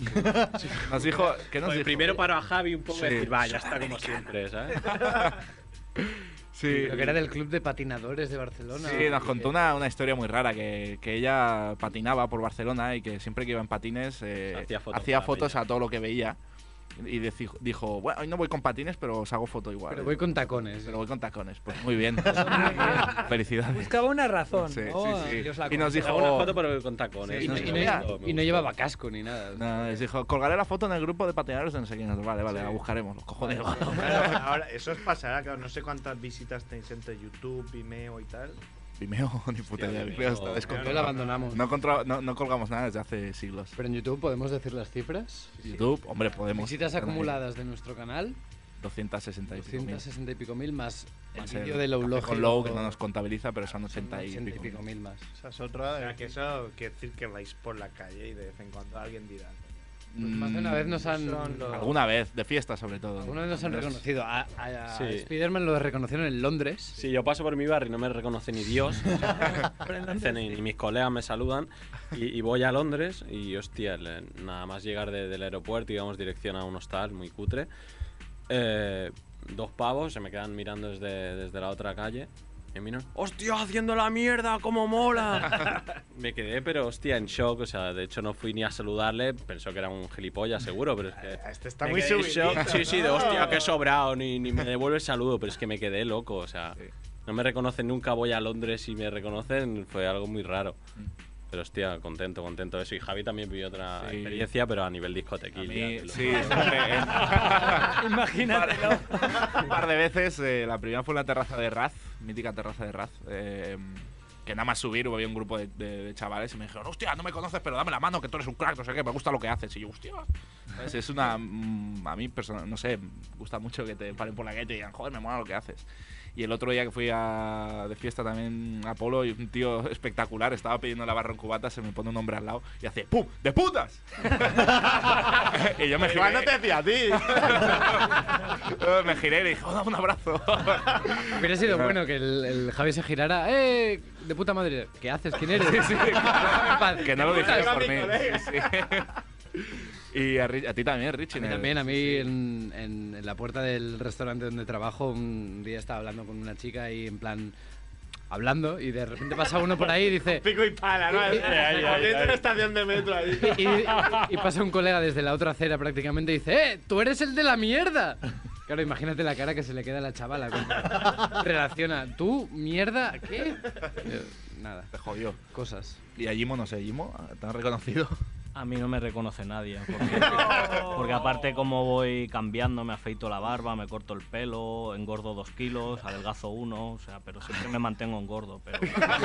[SPEAKER 9] Nos dijo... ¿Qué nos
[SPEAKER 17] Oye,
[SPEAKER 9] dijo?
[SPEAKER 17] Primero paró a Javi un poco
[SPEAKER 9] Sí.
[SPEAKER 17] y decir, va, ya está como siempre, ¿sabes?
[SPEAKER 9] Sí.
[SPEAKER 10] Lo que era del club de patinadores de Barcelona.
[SPEAKER 9] Sí, nos contó una, una historia muy rara, que, que ella patinaba por Barcelona y que siempre que iba en patines eh,
[SPEAKER 17] Hacía fotos
[SPEAKER 9] hacía
[SPEAKER 17] para
[SPEAKER 9] fotos
[SPEAKER 17] ella.
[SPEAKER 9] a todo lo que veía. Y deci- dijo, bueno, hoy no voy con patines, pero os hago foto igual.
[SPEAKER 10] Pero voy con tacones.
[SPEAKER 9] Pero voy con tacones. Pues muy bien. Felicidades.
[SPEAKER 25] Buscaba una razón,
[SPEAKER 9] Sí,
[SPEAKER 25] ¿no?
[SPEAKER 9] sí, sí.
[SPEAKER 25] Ellos la
[SPEAKER 9] Y nos dijo...
[SPEAKER 25] conocen.
[SPEAKER 17] con tacones.
[SPEAKER 9] Sí,
[SPEAKER 10] y, no,
[SPEAKER 9] sí,
[SPEAKER 10] y no-
[SPEAKER 9] me gusta,
[SPEAKER 10] y
[SPEAKER 9] me
[SPEAKER 10] no
[SPEAKER 9] gusta.
[SPEAKER 10] llevaba casco ni nada.
[SPEAKER 9] No, les dijo, colgaré la foto en el grupo de patinadores de no sé quién. Vale, vale, la buscaremos, los cojones.
[SPEAKER 7] Ahora, ahora, eso os pasará, claro. No sé cuántas visitas tenéis entre YouTube, Vimeo y tal.
[SPEAKER 9] Vimeo, ni puta idea.
[SPEAKER 7] Vimeo.
[SPEAKER 9] Vimeo está
[SPEAKER 7] Vimeo
[SPEAKER 9] descontrolado.
[SPEAKER 7] lo abandonamos.
[SPEAKER 9] No, contra- no- no colgamos nada desde hace siglos.
[SPEAKER 10] Pero en YouTube podemos decir las cifras.
[SPEAKER 9] YouTube, hombre, podemos.
[SPEAKER 10] Visitas
[SPEAKER 9] Están ahí.
[SPEAKER 10] acumuladas de nuestro canal,
[SPEAKER 9] 260 y pico mil.
[SPEAKER 10] 260 y pico mil más el
[SPEAKER 9] Más el
[SPEAKER 10] vídeo de Low
[SPEAKER 9] Café
[SPEAKER 10] Low.
[SPEAKER 9] Con Low, que no nos contabiliza, pero son 80 y
[SPEAKER 10] 80 y
[SPEAKER 9] pico
[SPEAKER 10] pico mil más.
[SPEAKER 3] Esa es otra.
[SPEAKER 7] O sea, que eso quiere decir que vais por la calle y de vez en cuando alguien dirá.
[SPEAKER 21] Mm.
[SPEAKER 10] más de una vez nos han-
[SPEAKER 7] Son los-
[SPEAKER 9] Mm, Alguna vez, de fiesta sobre todo.
[SPEAKER 10] Algunos nos han
[SPEAKER 9] Entonces,
[SPEAKER 10] reconocido. Ah, A, a- a
[SPEAKER 17] Sí.
[SPEAKER 10] Spiderman lo reconocieron en Londres.
[SPEAKER 17] Sí, yo paso por mi barrio y no me reconoce ni Dios. Dicen, y mis colegas me saludan. Y, y voy a Londres y, hostia, le- nada más llegar de- del aeropuerto, íbamos dirección a un hostal muy cutre. eh, dos pavos se me quedan mirando desde, desde la otra calle. Y me miran, ¡hostia, haciendo la mierda! ¡Cómo mola! me quedé, pero hostia, en shock. O sea, de hecho no fui ni a saludarle. Pensó que era un gilipollas, seguro, pero es que.
[SPEAKER 7] Este está
[SPEAKER 17] me
[SPEAKER 7] muy
[SPEAKER 17] quedé en
[SPEAKER 7] subidito,
[SPEAKER 17] shock. Sí, sí, de
[SPEAKER 7] ¿no?
[SPEAKER 17] hostia, qué sobrado. Ni, ni me devuelve el saludo, pero es que me quedé loco. O sea, no me reconocen nunca. Voy a Londres y me reconocen. Fue algo muy raro. Pero hostia, contento, contento de eso. Y Javi también vivió otra
[SPEAKER 9] Sí.
[SPEAKER 17] experiencia, pero a nivel discotequil. ya,
[SPEAKER 9] Sí,
[SPEAKER 17] te lo-
[SPEAKER 9] Imagínatelo. Un par de veces, eh, la primera fue en la terraza de Raz, mítica terraza de Raz. eh, que nada más subir hubo había un grupo de, de- de chavales y me dijeron, hostia, no me conoces, pero dame la mano, que tú eres un crack, no sé qué, me gusta lo que haces. Y yo, hostia. ¿sabes? Pues Es una. mm, A mí, persona, no sé, me gusta mucho que te paren por la calle y te digan, joder, me mola lo que haces. Y el otro día que fui a, de fiesta también a Polo, y un tío espectacular estaba pidiendo la barra en cubata, se me pone un hombre al lado y hace ¡Pum! ¡De putas! y yo me giré.
[SPEAKER 7] Igual no te decía a ti.
[SPEAKER 9] me giré y le dije, "Hola, un abrazo.
[SPEAKER 10] Hubiera sido bueno que el, el Javi se girara. ¡Eh! De puta madre. ¿Qué haces? ¿Quién eres?
[SPEAKER 9] Sí, sí.
[SPEAKER 10] En paz.
[SPEAKER 9] que no lo
[SPEAKER 10] ¿Qué
[SPEAKER 9] dijeras
[SPEAKER 10] putas?
[SPEAKER 9] por mí. Sí, sí. Y a, Ri- a ti también, Richie.
[SPEAKER 10] A mí
[SPEAKER 9] en el-
[SPEAKER 10] también, a mí en, en- en la puerta del restaurante donde trabajo, un día estaba hablando con una chica y en plan hablando y de repente pasa uno por ahí y dice...
[SPEAKER 7] Pico y pala, ¿no?
[SPEAKER 10] Ay, ay, ay,
[SPEAKER 7] Corriendo
[SPEAKER 10] ay.
[SPEAKER 7] una estación de metro ahí.
[SPEAKER 10] Y, y pasa un colega desde la otra acera prácticamente y dice, ¡eh! ¡Tú eres el de la mierda! Claro, imagínate la cara que se le queda a la chavala. cuando Relaciona, ¿tú? ¿Mierda? ¿Qué? Eh, Nada.
[SPEAKER 9] Te jodió.
[SPEAKER 10] Cosas.
[SPEAKER 9] Y a Jimo, no sé, Jimo, ¿te han reconocido?
[SPEAKER 21] A mí no me reconoce nadie. Porque, porque aparte como voy cambiando, me afeito la barba, me corto el pelo, engordo dos kilos, adelgazo uno, o sea, pero siempre me mantengo engordo. Pero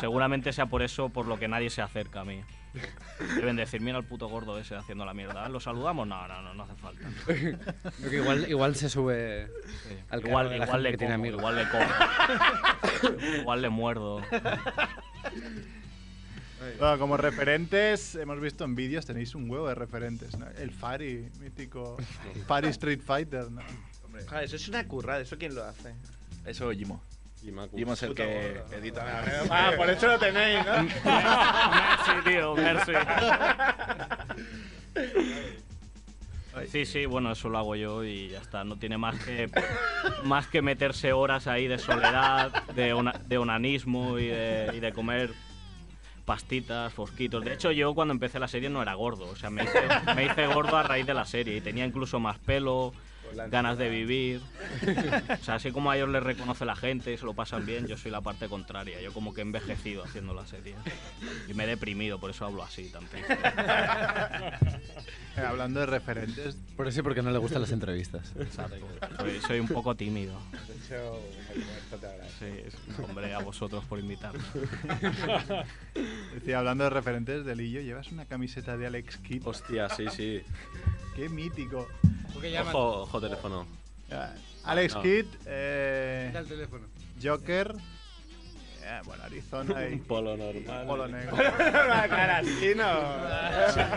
[SPEAKER 21] seguramente sea por eso por lo que nadie se acerca a mí. Deben decir, mira al puto gordo ese haciendo la mierda. ¿Lo saludamos? No, no, no, no hace falta.
[SPEAKER 10] Creo que igual, igual se sube al carro
[SPEAKER 21] Igual,
[SPEAKER 10] de la
[SPEAKER 21] igual
[SPEAKER 10] gente
[SPEAKER 21] le
[SPEAKER 10] que tiene
[SPEAKER 21] como,
[SPEAKER 10] amigos.
[SPEAKER 21] igual le como. igual le muerdo.
[SPEAKER 3] Bueno, como referentes, hemos visto en vídeos, tenéis un huevo de referentes, ¿no? El Fari, mítico. Fari Street Fighter, ¿no?
[SPEAKER 7] Joder, eso es una currada, ¿eso quién lo hace?
[SPEAKER 9] Eso Jimo. Jimo es el
[SPEAKER 7] Puta
[SPEAKER 9] que
[SPEAKER 7] gorda.
[SPEAKER 9] edita.
[SPEAKER 7] Ah, por eso lo tenéis, ¿no?
[SPEAKER 21] Merci, tío, merci. Sí, sí, bueno, eso lo hago yo y ya está. No tiene más que, más que meterse horas ahí de soledad, de, ona- de onanismo y de, y de comer pastitas, fosquitos. De hecho, yo cuando empecé la serie no era gordo. O sea, me hice, me hice gordo a raíz de la serie y tenía incluso más pelo, ganas de vivir. O sea, así como a ellos les reconoce la gente y se lo pasan bien, yo soy la parte contraria. Yo como que he envejecido haciendo la serie. Y me he deprimido, por eso hablo así tan triste.
[SPEAKER 3] Eh, hablando de referentes.
[SPEAKER 10] Por eso y porque no le gustan las entrevistas.
[SPEAKER 21] Exacto. Soy, soy un poco tímido.
[SPEAKER 7] Has hecho un esfuerzo, te agradezco.
[SPEAKER 21] Sí, es- hombre, a vosotros por invitarme.
[SPEAKER 3] Decía, hablando de referentes de Lillo, llevas una camiseta de Alex Kidd.
[SPEAKER 17] Hostia, sí, sí.
[SPEAKER 3] Qué mítico.
[SPEAKER 17] Ojo, ojo, teléfono.
[SPEAKER 3] Ah, Alex
[SPEAKER 17] No.
[SPEAKER 3] Kidd, eh,
[SPEAKER 17] Da el teléfono.
[SPEAKER 3] Joker.
[SPEAKER 25] Ah,
[SPEAKER 3] eh, bueno, Arizona y.
[SPEAKER 17] Un polo normal.
[SPEAKER 3] Polo negro.
[SPEAKER 7] Claro, así no.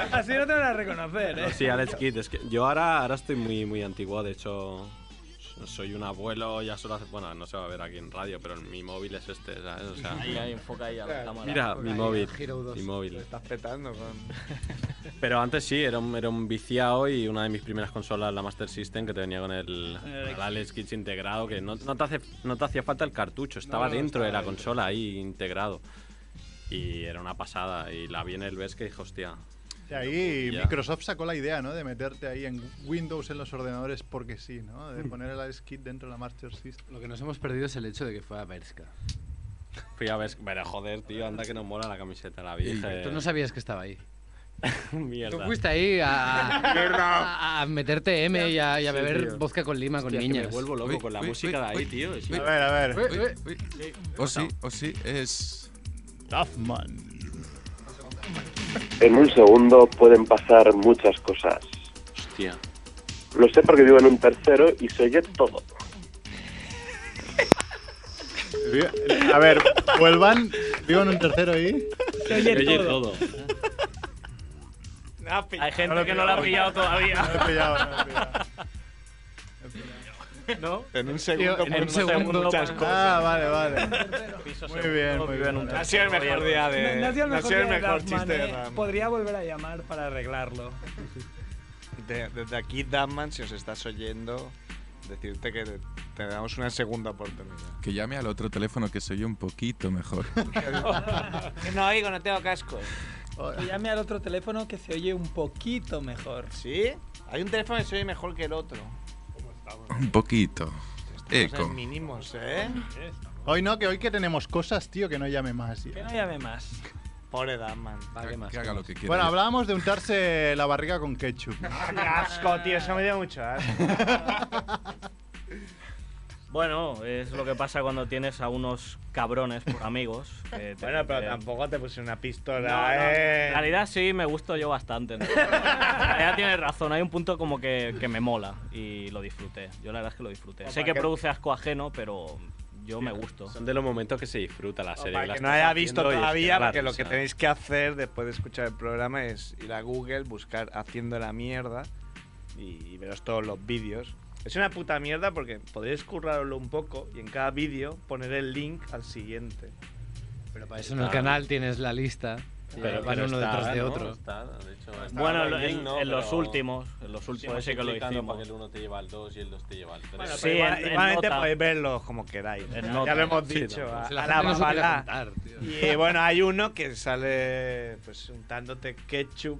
[SPEAKER 25] Así no te van a reconocer, ¿eh?
[SPEAKER 17] Sí, Alex Kidd. Es que yo ahora, ahora estoy muy, muy antiguo. De hecho, so- soy un abuelo. Ya solo hace. Bueno, no se va a ver aquí en radio, pero mi móvil es este, ¿sabes? O sea,
[SPEAKER 21] Ahí, ahí, enfoca ahí a la cámara.
[SPEAKER 17] Mira, mi móvil.
[SPEAKER 21] Hero 2.
[SPEAKER 17] Mi móvil.
[SPEAKER 7] Estás petando con.
[SPEAKER 17] Pero antes sí, era un, era un viciado y una de mis primeras consolas, la Master System, que te venía con el,
[SPEAKER 21] El
[SPEAKER 17] el Alex Kids integrado, que no, no te hace- no te hacía falta el cartucho, estaba
[SPEAKER 21] No, no,
[SPEAKER 17] dentro de la
[SPEAKER 21] estaba dentro.
[SPEAKER 17] consola ahí integrado. Y era una pasada. Y la vi en el BES que dije, hostia.
[SPEAKER 3] Y ahí
[SPEAKER 17] Ya.
[SPEAKER 3] Microsoft sacó la idea, ¿no? De meterte ahí en Windows en los ordenadores porque sí, ¿no? De poner el Alex Kidd dentro de la Master System.
[SPEAKER 10] Lo que nos hemos perdido es el hecho de que fue a Berska.
[SPEAKER 17] Fui a ver, pero joder, tío, anda que no mola la camiseta, la
[SPEAKER 10] Y
[SPEAKER 17] vieja.
[SPEAKER 10] Tú no sabías que estaba ahí.
[SPEAKER 17] eh. Mierda.
[SPEAKER 10] Tú fuiste ahí a, a- a meterte M y a, y a
[SPEAKER 17] Sí,
[SPEAKER 10] beber
[SPEAKER 17] tío.
[SPEAKER 10] vodka con lima con
[SPEAKER 17] Hostia, es que
[SPEAKER 10] niñas.
[SPEAKER 17] me vuelvo loco con la música de ahí, tío. Es-
[SPEAKER 10] uy.
[SPEAKER 17] A ver, a ver.
[SPEAKER 10] Uy, uy.
[SPEAKER 28] O sí, o sí, es. Duffman.
[SPEAKER 8] En un segundo pueden pasar muchas cosas.
[SPEAKER 17] Hostia.
[SPEAKER 8] Lo sé porque vivo en un tercero y se oye todo.
[SPEAKER 3] A ver, vuelvan. Vivo en un tercero ahí.
[SPEAKER 21] Se oye Se oye todo. Hay gente que no la ha pillado todavía.
[SPEAKER 3] No lo he pillado, no lo he pillado.
[SPEAKER 21] ¿No?
[SPEAKER 7] En un segundo,
[SPEAKER 21] Tío, en
[SPEAKER 7] por
[SPEAKER 21] un segundo,
[SPEAKER 7] muchas
[SPEAKER 21] pa-
[SPEAKER 7] cosas.
[SPEAKER 3] Ah, vale, vale.
[SPEAKER 21] Muy
[SPEAKER 3] Muy bien, muy bien.
[SPEAKER 21] un
[SPEAKER 7] Ha sido el mejor día de.
[SPEAKER 25] No ha sido el mejor, día de Duffman,
[SPEAKER 7] chiste de
[SPEAKER 25] ¿eh?
[SPEAKER 7] Ram.
[SPEAKER 25] Podría volver a llamar para arreglarlo.
[SPEAKER 7] De- desde aquí, Damman, si os estás oyendo, decirte que te- te damos una segunda oportunidad.
[SPEAKER 28] Que llame al otro teléfono que soy un poquito mejor.
[SPEAKER 5] No oigo, no tengo cascos.
[SPEAKER 25] Que llame al otro teléfono que se oye un poquito mejor.
[SPEAKER 7] ¿Sí? Hay un teléfono que se oye mejor que el otro.
[SPEAKER 28] un poquito.
[SPEAKER 7] Pues
[SPEAKER 28] Eco.
[SPEAKER 7] mínimos, ¿eh?
[SPEAKER 3] Hoy no, que hoy que tenemos cosas, tío, que no llame más. ya.
[SPEAKER 25] Que no llame más.
[SPEAKER 7] Pobre Damman.
[SPEAKER 28] Que haga lo que quiera.
[SPEAKER 3] Bueno, hablábamos de untarse la barriga con ketchup.
[SPEAKER 7] ¡Qué asco, tío! Eso me dio mucho asco.
[SPEAKER 21] Bueno, es lo que pasa cuando tienes a unos cabrones por amigos. que te-
[SPEAKER 7] Bueno, pero
[SPEAKER 21] te-
[SPEAKER 7] tampoco te puse una
[SPEAKER 21] No,
[SPEAKER 7] pistola,
[SPEAKER 21] no,
[SPEAKER 7] ¿eh?
[SPEAKER 21] En realidad sí, me gusto yo bastante. ¿no? En realidad tienes razón, hay un punto como que, que me mola y lo disfruté. Yo la verdad es que lo disfruté.
[SPEAKER 17] Opa,
[SPEAKER 21] sé que
[SPEAKER 17] que-
[SPEAKER 21] produce asco ajeno, pero yo me gusto.
[SPEAKER 17] Son de los momentos que se disfruta la serie.
[SPEAKER 7] Para
[SPEAKER 17] la
[SPEAKER 7] que no
[SPEAKER 17] estás
[SPEAKER 7] haya visto
[SPEAKER 17] haciendo y es
[SPEAKER 7] todavía,
[SPEAKER 17] que
[SPEAKER 7] porque lo
[SPEAKER 17] o
[SPEAKER 7] que
[SPEAKER 17] sea.
[SPEAKER 7] tenéis que hacer después de escuchar el programa es ir a Google, buscar Haciendo la Mierda y, y veros todos los vídeos. Es una puta mierda porque podréis currarlo un poco y en cada vídeo poner el link al siguiente. Pero para
[SPEAKER 10] Eso en el canal tienes la lista.
[SPEAKER 17] Sí,
[SPEAKER 10] pero van
[SPEAKER 17] pero
[SPEAKER 10] uno
[SPEAKER 17] está,
[SPEAKER 10] detrás de
[SPEAKER 17] ¿no?
[SPEAKER 10] otro.
[SPEAKER 17] Está, de hecho, está
[SPEAKER 21] Bueno,
[SPEAKER 17] el
[SPEAKER 21] en-
[SPEAKER 17] link, ¿no?
[SPEAKER 21] en los
[SPEAKER 17] Pero
[SPEAKER 21] últimos, en los últimos sí que lo
[SPEAKER 17] explicando
[SPEAKER 21] hicimos.
[SPEAKER 17] para que el uno te lleva al 2 y el 2 te lleva al 3.
[SPEAKER 21] Bueno,
[SPEAKER 7] Sí, igual- igualmente
[SPEAKER 21] pues,
[SPEAKER 7] podéis verlo como queráis.
[SPEAKER 17] En
[SPEAKER 7] Ya,
[SPEAKER 17] nota.
[SPEAKER 7] lo hemos
[SPEAKER 17] Sí,
[SPEAKER 7] dicho.
[SPEAKER 17] no, pues
[SPEAKER 7] a,
[SPEAKER 17] si la
[SPEAKER 7] a la
[SPEAKER 17] gente no supiera
[SPEAKER 7] babalá.
[SPEAKER 17] contar, tío.
[SPEAKER 7] Y eh, bueno, hay uno que sale pues untándote ketchup,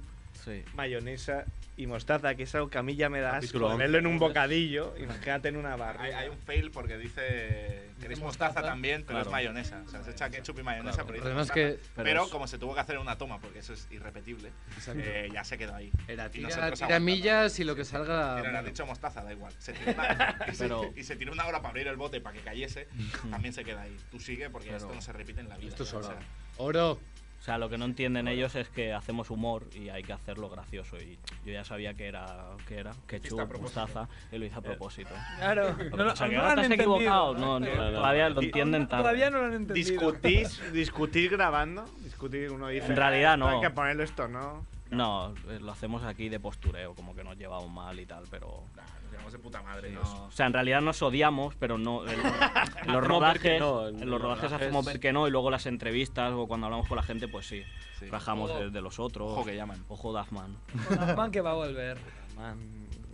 [SPEAKER 7] mayonesa y mostaza, que es algo que a mí ya me da
[SPEAKER 17] Capítulo
[SPEAKER 7] asco.
[SPEAKER 17] 11.
[SPEAKER 7] Verlo en un bocadillo, imagínate en una barra.
[SPEAKER 6] Hay, hay un fail porque dice. Queréis mostaza también, pero es mayonesa. O sea, se echa ketchup y mayonesa,
[SPEAKER 10] Claro. El
[SPEAKER 6] pero dice
[SPEAKER 10] problema es
[SPEAKER 6] mostaza.
[SPEAKER 10] que-
[SPEAKER 6] Pero,
[SPEAKER 10] pero es-
[SPEAKER 6] como se tuvo que hacer en una toma, porque eso es irrepetible,
[SPEAKER 10] Exacto.
[SPEAKER 6] eh, ya se quedó ahí. Era
[SPEAKER 10] Tira, tira millas y lo que salga.
[SPEAKER 6] Pero le han
[SPEAKER 10] bueno.
[SPEAKER 6] dicho mostaza, da igual. Se tiró una, y, se,
[SPEAKER 10] Pero-
[SPEAKER 6] y se tiró una hora para abrir el bote para que cayese. También se queda ahí. Tú sigue porque
[SPEAKER 10] Claro.
[SPEAKER 6] esto no se repite en la vida.
[SPEAKER 10] Esto es
[SPEAKER 6] ya, o
[SPEAKER 10] oro.
[SPEAKER 6] sea,
[SPEAKER 10] Oro.
[SPEAKER 21] O sea, lo que no entienden ellos es que hacemos humor y hay que hacerlo gracioso. Y yo ya sabía que era, que era,
[SPEAKER 5] a
[SPEAKER 21] ketchup,
[SPEAKER 5] propósito.
[SPEAKER 21] mostaza, y lo hice a propósito.
[SPEAKER 5] Claro. No lo-
[SPEAKER 21] o sea, que
[SPEAKER 5] no lo
[SPEAKER 21] ahora
[SPEAKER 5] han
[SPEAKER 21] te has
[SPEAKER 5] entendido.
[SPEAKER 21] equivocado. No, no,
[SPEAKER 5] Claro.
[SPEAKER 21] todavía lo entienden tanto.
[SPEAKER 5] Todavía no lo han entendido.
[SPEAKER 7] ¿Discutís, discutir grabando? Discutir uno dice. "Ah,
[SPEAKER 21] En realidad no.
[SPEAKER 7] Hay que ponerlo esto, ¿no?
[SPEAKER 21] No, eh, lo hacemos aquí de postureo, como que nos llevamos mal y tal, pero...
[SPEAKER 9] Nos llevamos de puta madre.
[SPEAKER 21] O sea, en realidad nos odiamos, pero no. en- en los
[SPEAKER 9] Hacemos ver que
[SPEAKER 21] rodajes,
[SPEAKER 9] no,
[SPEAKER 21] en
[SPEAKER 9] en
[SPEAKER 21] los
[SPEAKER 9] los
[SPEAKER 21] rodajes
[SPEAKER 9] rodajes-
[SPEAKER 21] hacemos ver que no, y luego las entrevistas o cuando hablamos con la gente, pues sí. Rajamos
[SPEAKER 5] Ojo.
[SPEAKER 21] de, de los otros.
[SPEAKER 5] Ojo que llaman.
[SPEAKER 21] Ojo Dazman.
[SPEAKER 5] Batman que va a volver.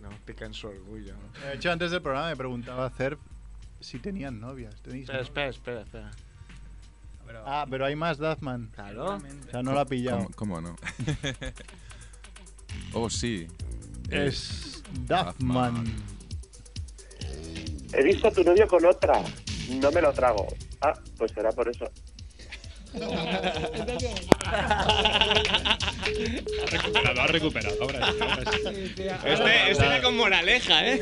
[SPEAKER 7] no, pica en su orgullo.
[SPEAKER 3] De hecho, antes del programa me preguntaba a Cerf si tenían novias. ¿Tenéis
[SPEAKER 7] Espera,
[SPEAKER 3] novias?
[SPEAKER 7] espera, espera. espera.
[SPEAKER 3] Ah, pero hay más Duffman.
[SPEAKER 7] Claro.
[SPEAKER 3] O sea, no lo ha pillado.
[SPEAKER 28] ¿Cómo, cómo no? oh, sí.
[SPEAKER 3] Es Duffman.
[SPEAKER 8] He visto a tu novio con otra. No me lo trago. Ah, pues será por eso.
[SPEAKER 27] Ha recuperado, ha recuperado. Ahora sí, ahora sí.
[SPEAKER 13] Este, este era con moraleja, ¿eh?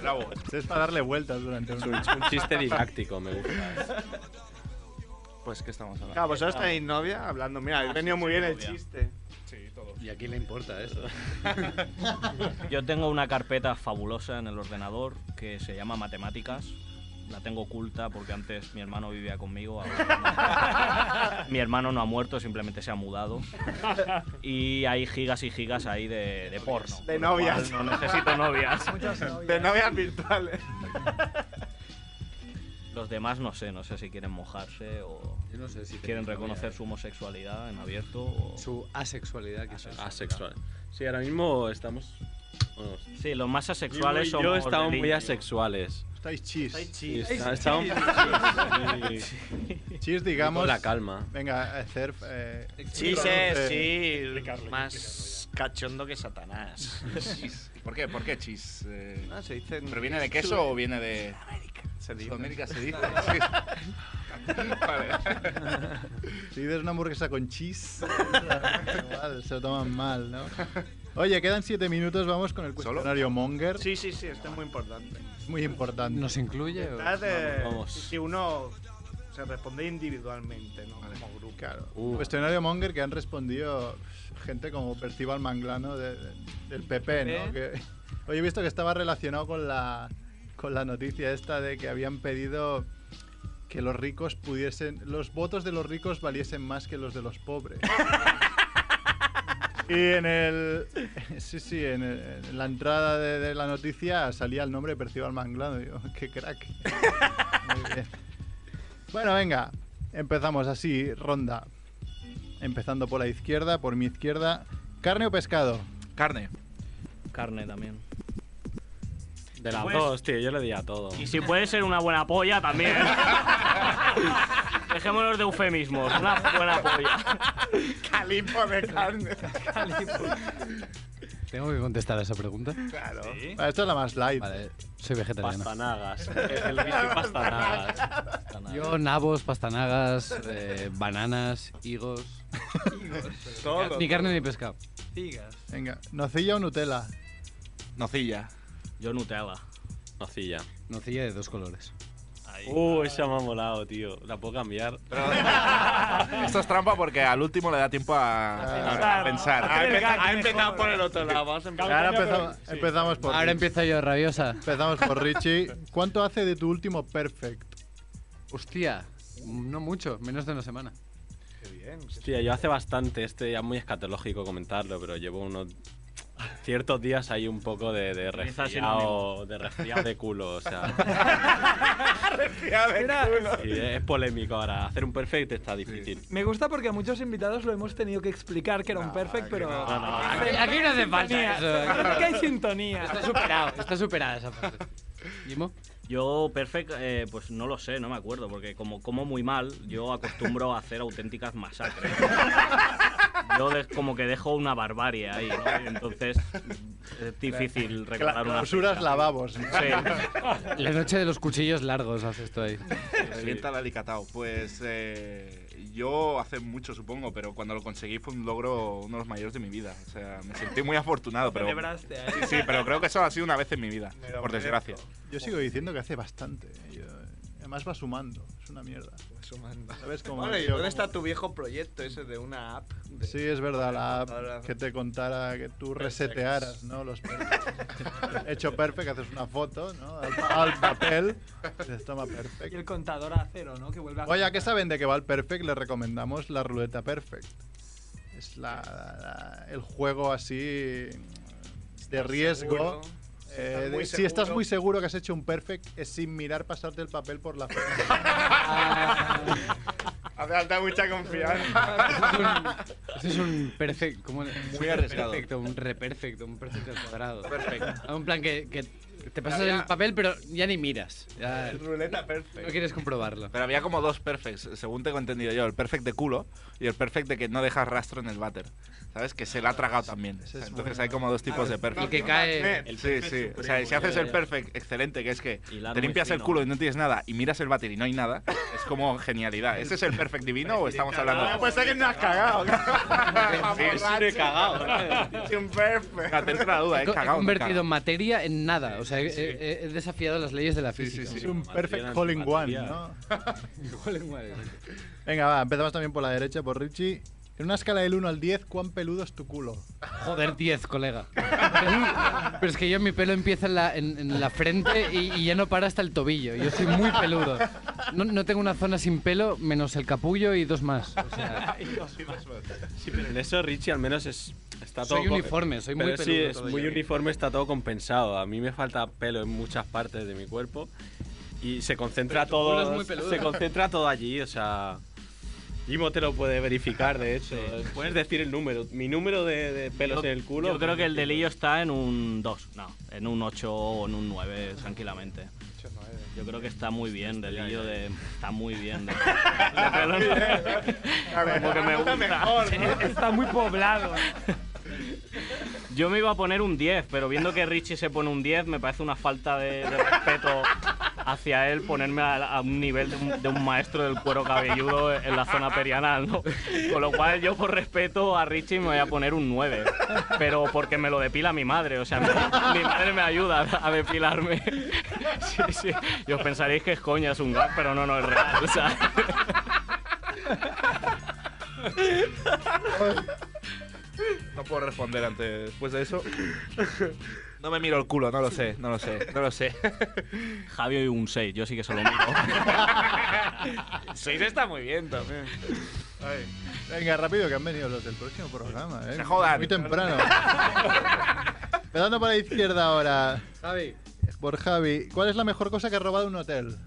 [SPEAKER 7] Bravo.
[SPEAKER 3] Este es para darle vueltas durante un,
[SPEAKER 17] un chiste didáctico, me gusta.
[SPEAKER 9] Pues que estamos hablando.
[SPEAKER 7] Claro, vosotros tenéis novia hablando. Mira, he venido muy bien el chiste.
[SPEAKER 9] Sí, todo.
[SPEAKER 10] ¿Y a quién le importa eso?
[SPEAKER 21] Yo tengo una carpeta fabulosa en el ordenador que se llama Matemáticas. La tengo oculta porque antes mi hermano vivía conmigo. ahora no. mi hermano no ha muerto, simplemente se ha mudado. Y hay gigas y gigas ahí de, de porno.
[SPEAKER 7] De
[SPEAKER 21] con lo cual
[SPEAKER 7] novias.
[SPEAKER 21] No necesito novias.
[SPEAKER 7] De novias virtuales.
[SPEAKER 21] Los demás no sé, no sé si quieren mojarse o
[SPEAKER 10] Yo no sé si
[SPEAKER 21] quieren
[SPEAKER 10] tenéis
[SPEAKER 21] reconocer
[SPEAKER 10] novia. ¿eh?
[SPEAKER 21] su homosexualidad en abierto o...
[SPEAKER 10] Su asexualidad, que es
[SPEAKER 21] Asexual.
[SPEAKER 17] Sí, ahora mismo estamos. bueno,
[SPEAKER 21] Sí, los más asexuales son
[SPEAKER 17] oh. Yo, y yo estamos muy asexuales.
[SPEAKER 3] Estáis chis.
[SPEAKER 17] Estáis
[SPEAKER 3] chis.
[SPEAKER 17] Está-
[SPEAKER 3] Estáis
[SPEAKER 17] está un-
[SPEAKER 3] chis.
[SPEAKER 17] Sí.
[SPEAKER 3] Chis, digamos.
[SPEAKER 17] Con la calma.
[SPEAKER 3] Venga, eh, Cerf. Eh,
[SPEAKER 6] Chis
[SPEAKER 3] eh,
[SPEAKER 6] es, sí, más cachondo que Satanás.
[SPEAKER 9] Chis. ¿Por qué? ¿Por qué chis? Eh,
[SPEAKER 7] Ah, se dice en-
[SPEAKER 9] ¿Pero viene de queso
[SPEAKER 7] Sud-
[SPEAKER 9] o viene de...?
[SPEAKER 7] Se dice.
[SPEAKER 9] Sudamérica se dice.
[SPEAKER 3] Si dices una hamburguesa con chis, igual, se lo toman mal, ¿no? Oye, quedan siete minutos, vamos con el cuestionario Monger.
[SPEAKER 7] Sí, sí, sí, esto es muy importante.
[SPEAKER 3] Es muy importante.
[SPEAKER 10] ¿Nos incluye? o-
[SPEAKER 7] Estás de-
[SPEAKER 3] Vamos.
[SPEAKER 7] Si uno se responde individualmente, no como grupo.
[SPEAKER 3] Claro. Cuestionario Monger que han respondido gente como Percival Manglano de- de- del PP, ¿no? Que, oye, he visto que estaba relacionado con la, con la noticia esta de que habían pedido que los ricos pudiesen. Los votos de los ricos valiesen más que los de los pobres. Y en el. Sí, sí, en, el- en la entrada de, de la noticia salía el nombre de Percival Manglano. Digo, qué crack. Muy bien. Bueno, venga, empezamos así, ronda. Empezando por la izquierda, por mi izquierda. ¿Carne o pescado?
[SPEAKER 9] Carne.
[SPEAKER 21] Carne también.
[SPEAKER 17] De las
[SPEAKER 21] Pues-
[SPEAKER 17] dos, tío, yo le di a todo.
[SPEAKER 21] Y si puede ser una buena polla también. Dejémonos de eufemismos, una buena polla.
[SPEAKER 7] Calipo de carne.
[SPEAKER 10] ¿Tengo que contestar a esa pregunta?
[SPEAKER 7] Claro.
[SPEAKER 3] Vale, esta es la más light.
[SPEAKER 10] Vale, soy vegetariano.
[SPEAKER 17] Pastanagas. El bici pastanagas.
[SPEAKER 10] Yo, nabos, pastanagas, eh, bananas, higos.
[SPEAKER 7] Todo.
[SPEAKER 10] Ni carne ni pescado.
[SPEAKER 5] Figas.
[SPEAKER 3] Venga, ¿nocilla o Nutella?
[SPEAKER 9] Nocilla.
[SPEAKER 21] Yo Nutella.
[SPEAKER 17] Nocilla.
[SPEAKER 10] Nocilla de dos colores.
[SPEAKER 17] Uh, esa me ha molado, tío. La puedo cambiar.
[SPEAKER 9] Esto es trampa porque al último le da tiempo a, a- a pensar.
[SPEAKER 17] Ah,
[SPEAKER 9] A
[SPEAKER 17] empezado-
[SPEAKER 9] pensar.
[SPEAKER 17] empezado por el otro lado. Vamos a empezar.
[SPEAKER 3] Ahora empezamos, empezamos por
[SPEAKER 10] Ahora empiezo yo, rabiosa.
[SPEAKER 3] Empezamos por Richie. ¿Cuánto hace de tu último perfect?
[SPEAKER 10] Hostia, no mucho, menos de una semana.
[SPEAKER 17] Hostia, yo hace bastante, este ya es muy escatológico comentarlo, pero llevo unos ciertos días ahí un poco de, de
[SPEAKER 21] Utiliza
[SPEAKER 17] resfriado,
[SPEAKER 21] sinónimos.
[SPEAKER 17] de resfriado de culo, o sea, sí, es polémico ahora. Hacer un perfect está difícil.
[SPEAKER 5] Me gusta porque a muchos invitados lo hemos tenido que explicar que era un perfect, pero.
[SPEAKER 17] no, no,
[SPEAKER 5] Aquí-
[SPEAKER 17] no.
[SPEAKER 5] Aquí no hace falta
[SPEAKER 21] Sintonía.
[SPEAKER 5] eso. Creo que hay sintonía.
[SPEAKER 10] Está superado, está superada esa parte. ¿Gimo?
[SPEAKER 21] Yo, perfect, eh, pues no lo sé, no me acuerdo, porque como como muy mal, yo acostumbro a hacer auténticas masacres. Yo de- como que dejo una barbarie ahí, ¿no? Y Entonces es difícil recordar una
[SPEAKER 3] Clausuras
[SPEAKER 21] fecha.
[SPEAKER 3] lavabos. ¿no?
[SPEAKER 21] Sí.
[SPEAKER 10] La noche de los cuchillos largos hace esto ahí.
[SPEAKER 9] Revienta la Alicatao. Pues eh, yo hace mucho, supongo, pero cuando lo conseguí fue un logro uno de los mayores de mi vida. O sea, me sentí muy afortunado. Pero,
[SPEAKER 5] Celebraste, ¿eh?
[SPEAKER 9] Sí, sí, pero creo que eso ha sido una vez en mi vida, por desgracia.
[SPEAKER 3] Yo sigo diciendo que hace bastante. ¿eh? Yo- Además va sumando, es una mierda.
[SPEAKER 7] Va sumando.
[SPEAKER 3] ¿Sabes cómo?
[SPEAKER 7] Bueno, ¿y
[SPEAKER 3] Yo
[SPEAKER 7] dónde
[SPEAKER 3] como-
[SPEAKER 7] está tu viejo proyecto ese de una app? de-
[SPEAKER 3] Sí, es verdad, la
[SPEAKER 7] Ahora-
[SPEAKER 3] app que te contara que tú
[SPEAKER 7] Perfecto.
[SPEAKER 3] resetearas, ¿no? Los perfects. Hecho perfect, haces una foto, ¿no? Al, al papel, dices, toma perfect.
[SPEAKER 5] Y el contador a cero, ¿no? Que vuelve a.
[SPEAKER 3] Oye, ¿a qué saben de que va el perfect? Le recomendamos la ruleta perfect. Es la, la- el juego así de riesgo.
[SPEAKER 7] seguro. Si
[SPEAKER 3] Eh,
[SPEAKER 7] estás muy
[SPEAKER 3] de- si estás
[SPEAKER 7] seguro.
[SPEAKER 3] muy seguro que has hecho un perfect, es sin mirar pasarte el papel por la frente.
[SPEAKER 7] Hace falta mucha confianza.
[SPEAKER 10] Eso es un perfecto. Como
[SPEAKER 7] Muy arriesgado.
[SPEAKER 10] Perfecto, un reperfecto, un perfecto al cuadrado. Ah,
[SPEAKER 7] Perfecto.
[SPEAKER 10] Un plan que, que te pasas
[SPEAKER 9] Ya, ya.
[SPEAKER 10] el papel, pero ya ni miras. Ya-
[SPEAKER 7] Ruleta perfect.
[SPEAKER 10] no quieres comprobarlo.
[SPEAKER 9] Pero había como dos perfects, según tengo entendido yo. El perfect de culo y el perfect de que no dejas rastro en el váter. ¿Sabes? Que se la ha tragado también.
[SPEAKER 3] es
[SPEAKER 9] Entonces
[SPEAKER 3] bueno.
[SPEAKER 9] hay como dos tipos de perfect.
[SPEAKER 10] Y que cae-
[SPEAKER 9] El sí, sí. O sea, si
[SPEAKER 10] supremo,
[SPEAKER 9] haces
[SPEAKER 10] ya,
[SPEAKER 9] el
[SPEAKER 10] ya.
[SPEAKER 9] perfect excelente, que es que
[SPEAKER 10] Hilar
[SPEAKER 9] te
[SPEAKER 10] muy
[SPEAKER 9] limpias el
[SPEAKER 10] fino.
[SPEAKER 9] culo y no tienes nada, y miras el váter y no hay nada, es como genialidad. ¿Ese es el perfect divino o estamos hablando?
[SPEAKER 7] Pues es que no has cagado.
[SPEAKER 9] Sí, sí, me he cagado.
[SPEAKER 7] Sin perfect.
[SPEAKER 9] La tercera duda,
[SPEAKER 10] he
[SPEAKER 9] he
[SPEAKER 10] co- he
[SPEAKER 9] cagado. no he
[SPEAKER 10] convertido materia en nada. O sea, he, he- he desafiado las leyes de la física.
[SPEAKER 3] sí. Es un perfect hole in one, ¿no? Venga, va, empezamos también por la derecha, por Richie. En una escala del 1 al 10, ¿cuán peludo es tu culo?
[SPEAKER 10] Joder, 10, colega. Pero es que yo mi pelo empieza en la, en, en la frente y, y ya no para hasta el tobillo. Yo soy muy peludo. No, no tengo una zona sin pelo, menos el capullo y dos más. O sea,
[SPEAKER 17] Sí, pero en eso Richie al menos es, está todo...
[SPEAKER 10] Soy
[SPEAKER 17] co-
[SPEAKER 10] uniforme, soy muy
[SPEAKER 17] pero Sí,
[SPEAKER 10] peludo
[SPEAKER 17] es
[SPEAKER 10] todo
[SPEAKER 17] muy
[SPEAKER 10] yo.
[SPEAKER 17] uniforme, está todo compensado. A mí me falta pelo en muchas partes de mi cuerpo y se concentra
[SPEAKER 10] Pero tu culo
[SPEAKER 17] todo...
[SPEAKER 10] es muy peludo.
[SPEAKER 17] se concentra todo allí, o sea... Jimo te lo puede verificar, de hecho. Puedes decir el número. Mi número de, de pelos en el culo...
[SPEAKER 21] Yo
[SPEAKER 17] pues,
[SPEAKER 21] creo que el delillo está en un 2, no, en un 8 o en un 9, tranquilamente. Yo creo que está muy bien, delillo de. Está muy bien. de- Como que me gusta.
[SPEAKER 25] Está muy poblado.
[SPEAKER 21] Yo me iba a poner un 10, pero viendo que Richie se pone un 10, me parece una falta de, de respeto hacia él ponerme a, a un nivel de un, de un maestro del cuero cabelludo en la zona perianal, ¿no? Con lo cual yo por respeto a Richie me voy a poner un 9, pero porque me lo depila mi madre, o sea, mi, mi madre me ayuda a depilarme. Sí, sí. Y os pensaréis que es coña, es un gag, pero no, no es real, o sea.
[SPEAKER 9] No puedo responder antes, después de eso. No me miro el culo, no lo sé, no lo sé, no lo sé.
[SPEAKER 17] Javier y un 6, yo sí que se lo miro.
[SPEAKER 9] 6 está muy bien también.
[SPEAKER 3] Ay. Venga, rápido, que han venido los del próximo programa, ¿eh?
[SPEAKER 9] Se jodan.
[SPEAKER 3] Muy temprano. Empezando por la izquierda ahora.
[SPEAKER 10] Javi.
[SPEAKER 3] Por Javi. ¿Cuál es la mejor cosa que ha robado un hotel?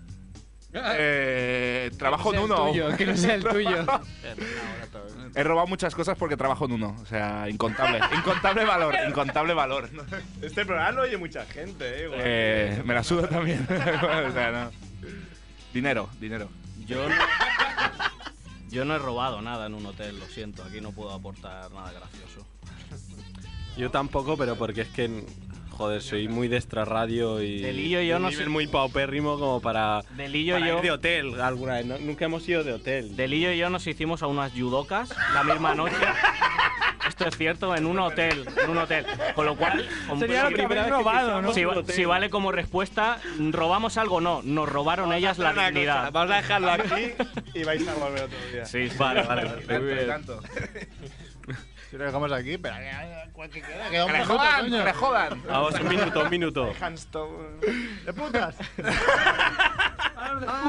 [SPEAKER 9] Eh, trabajo en
[SPEAKER 3] sea el
[SPEAKER 9] uno.
[SPEAKER 3] tuyo, que no sea el tuyo.
[SPEAKER 9] He robado muchas cosas porque trabajo en uno. O sea, incontable. Incontable valor, incontable valor. ¿no?
[SPEAKER 7] Este programa lo oye mucha gente, eh. igual.
[SPEAKER 9] Eh, me la suda también. o sea, no. Dinero, dinero.
[SPEAKER 21] Yo no, yo no he robado nada en un hotel, lo siento, aquí no puedo aportar nada gracioso.
[SPEAKER 17] Yo tampoco, pero porque es que, joder, soy muy de extra radio y.
[SPEAKER 21] Delillo y yo
[SPEAKER 17] un
[SPEAKER 21] no
[SPEAKER 17] nivel
[SPEAKER 21] sé-
[SPEAKER 17] muy paupérrimo como para.
[SPEAKER 21] Delillo y
[SPEAKER 17] para
[SPEAKER 21] yo-
[SPEAKER 17] ir de hotel alguna vez. ¿no? Nunca hemos ido de hotel.
[SPEAKER 21] Delillo y yo nos hicimos a unas judocas la misma noche. Esto es cierto, en un hotel, en un hotel. Con lo cual, como-
[SPEAKER 25] Sería la
[SPEAKER 21] si-
[SPEAKER 25] primera vez que pisamos
[SPEAKER 21] Si,
[SPEAKER 25] un
[SPEAKER 21] va-
[SPEAKER 25] hotel.
[SPEAKER 21] si vale como respuesta, robamos algo, no, nos robaron ellas la
[SPEAKER 7] Una cosa,
[SPEAKER 21] dignidad.
[SPEAKER 7] Vamos a dejarlo aquí y vais a volver otro día.
[SPEAKER 21] Sí, vale, vale. Muy bien.
[SPEAKER 3] Si lo dejamos aquí, pero.
[SPEAKER 7] Que
[SPEAKER 3] Queda un
[SPEAKER 7] le
[SPEAKER 3] minuto,
[SPEAKER 7] jodan,
[SPEAKER 3] coño.
[SPEAKER 7] que le jodan.
[SPEAKER 17] Ah, Vamos, un minuto, un minuto.
[SPEAKER 7] Handstone.
[SPEAKER 3] eh, ¡De putas!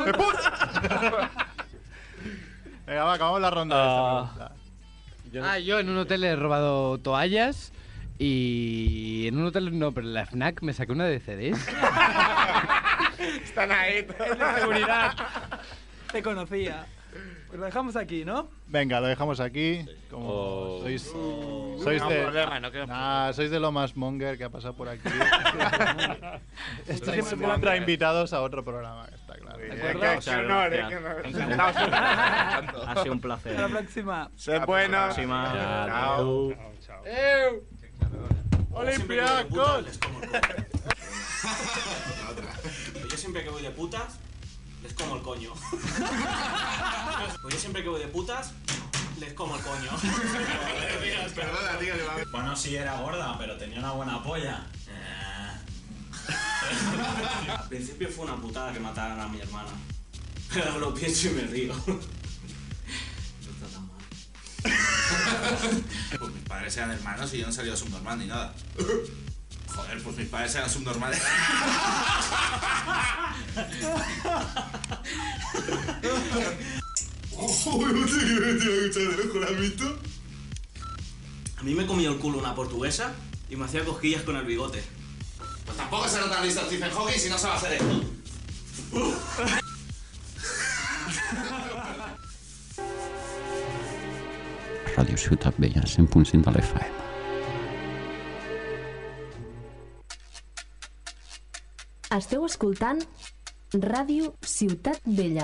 [SPEAKER 7] ¡De putas!
[SPEAKER 3] Venga, va, acabamos la ronda de esta pregunta.
[SPEAKER 10] Ah, yo en un hotel he robado toallas y en un hotel no, pero en la FNAC me saqué una de CDs.
[SPEAKER 7] Están ahí.
[SPEAKER 5] seguridad. Te conocía. Pues lo dejamos aquí, ¿no?
[SPEAKER 3] Venga, lo dejamos aquí. Como sois, sois
[SPEAKER 5] No,
[SPEAKER 3] de.
[SPEAKER 5] problema, no queda
[SPEAKER 3] Nah, sois de lo más monger que ha pasado por aquí. Estáis
[SPEAKER 5] Lo más
[SPEAKER 3] contra
[SPEAKER 5] monger.
[SPEAKER 3] invitados a otro programa, está claro.
[SPEAKER 7] Qué qué honor, eh. qué honor.
[SPEAKER 17] Encantados.
[SPEAKER 21] Ha sido un placer.
[SPEAKER 5] Hasta la próxima.
[SPEAKER 7] Sé bueno.
[SPEAKER 21] Hasta la próxima.
[SPEAKER 7] Chao. Eh,
[SPEAKER 5] ¡Eu!
[SPEAKER 7] Olympiacos.
[SPEAKER 29] Yo siempre que voy de putas, les como el coño. Pues yo siempre que voy de putas, les como el coño.
[SPEAKER 30] Perdona, tío, que va-
[SPEAKER 29] Bueno, sí era gorda, pero tenía una buena polla. Eh. Al principio fue una putada que mataran a mi hermana.
[SPEAKER 6] Pero lo pienso y me río.
[SPEAKER 9] Pues mis padres eran hermanos y yo no salía subnormal ni nada. Joder, pues mis padres eran subnormales.
[SPEAKER 6] Joder, no te quiero escuchar el juramento. A mí me comió el culo una portuguesa y me hacía cosquillas con el bigote. Pues
[SPEAKER 21] Tampoco será tan listo Stephen Hawking si no sabe hacer esto.
[SPEAKER 31] Ràdio Ciutat Vella, 100.5 de l'FM.
[SPEAKER 32] Esteu escoltant Ràdio Ciutat Vella.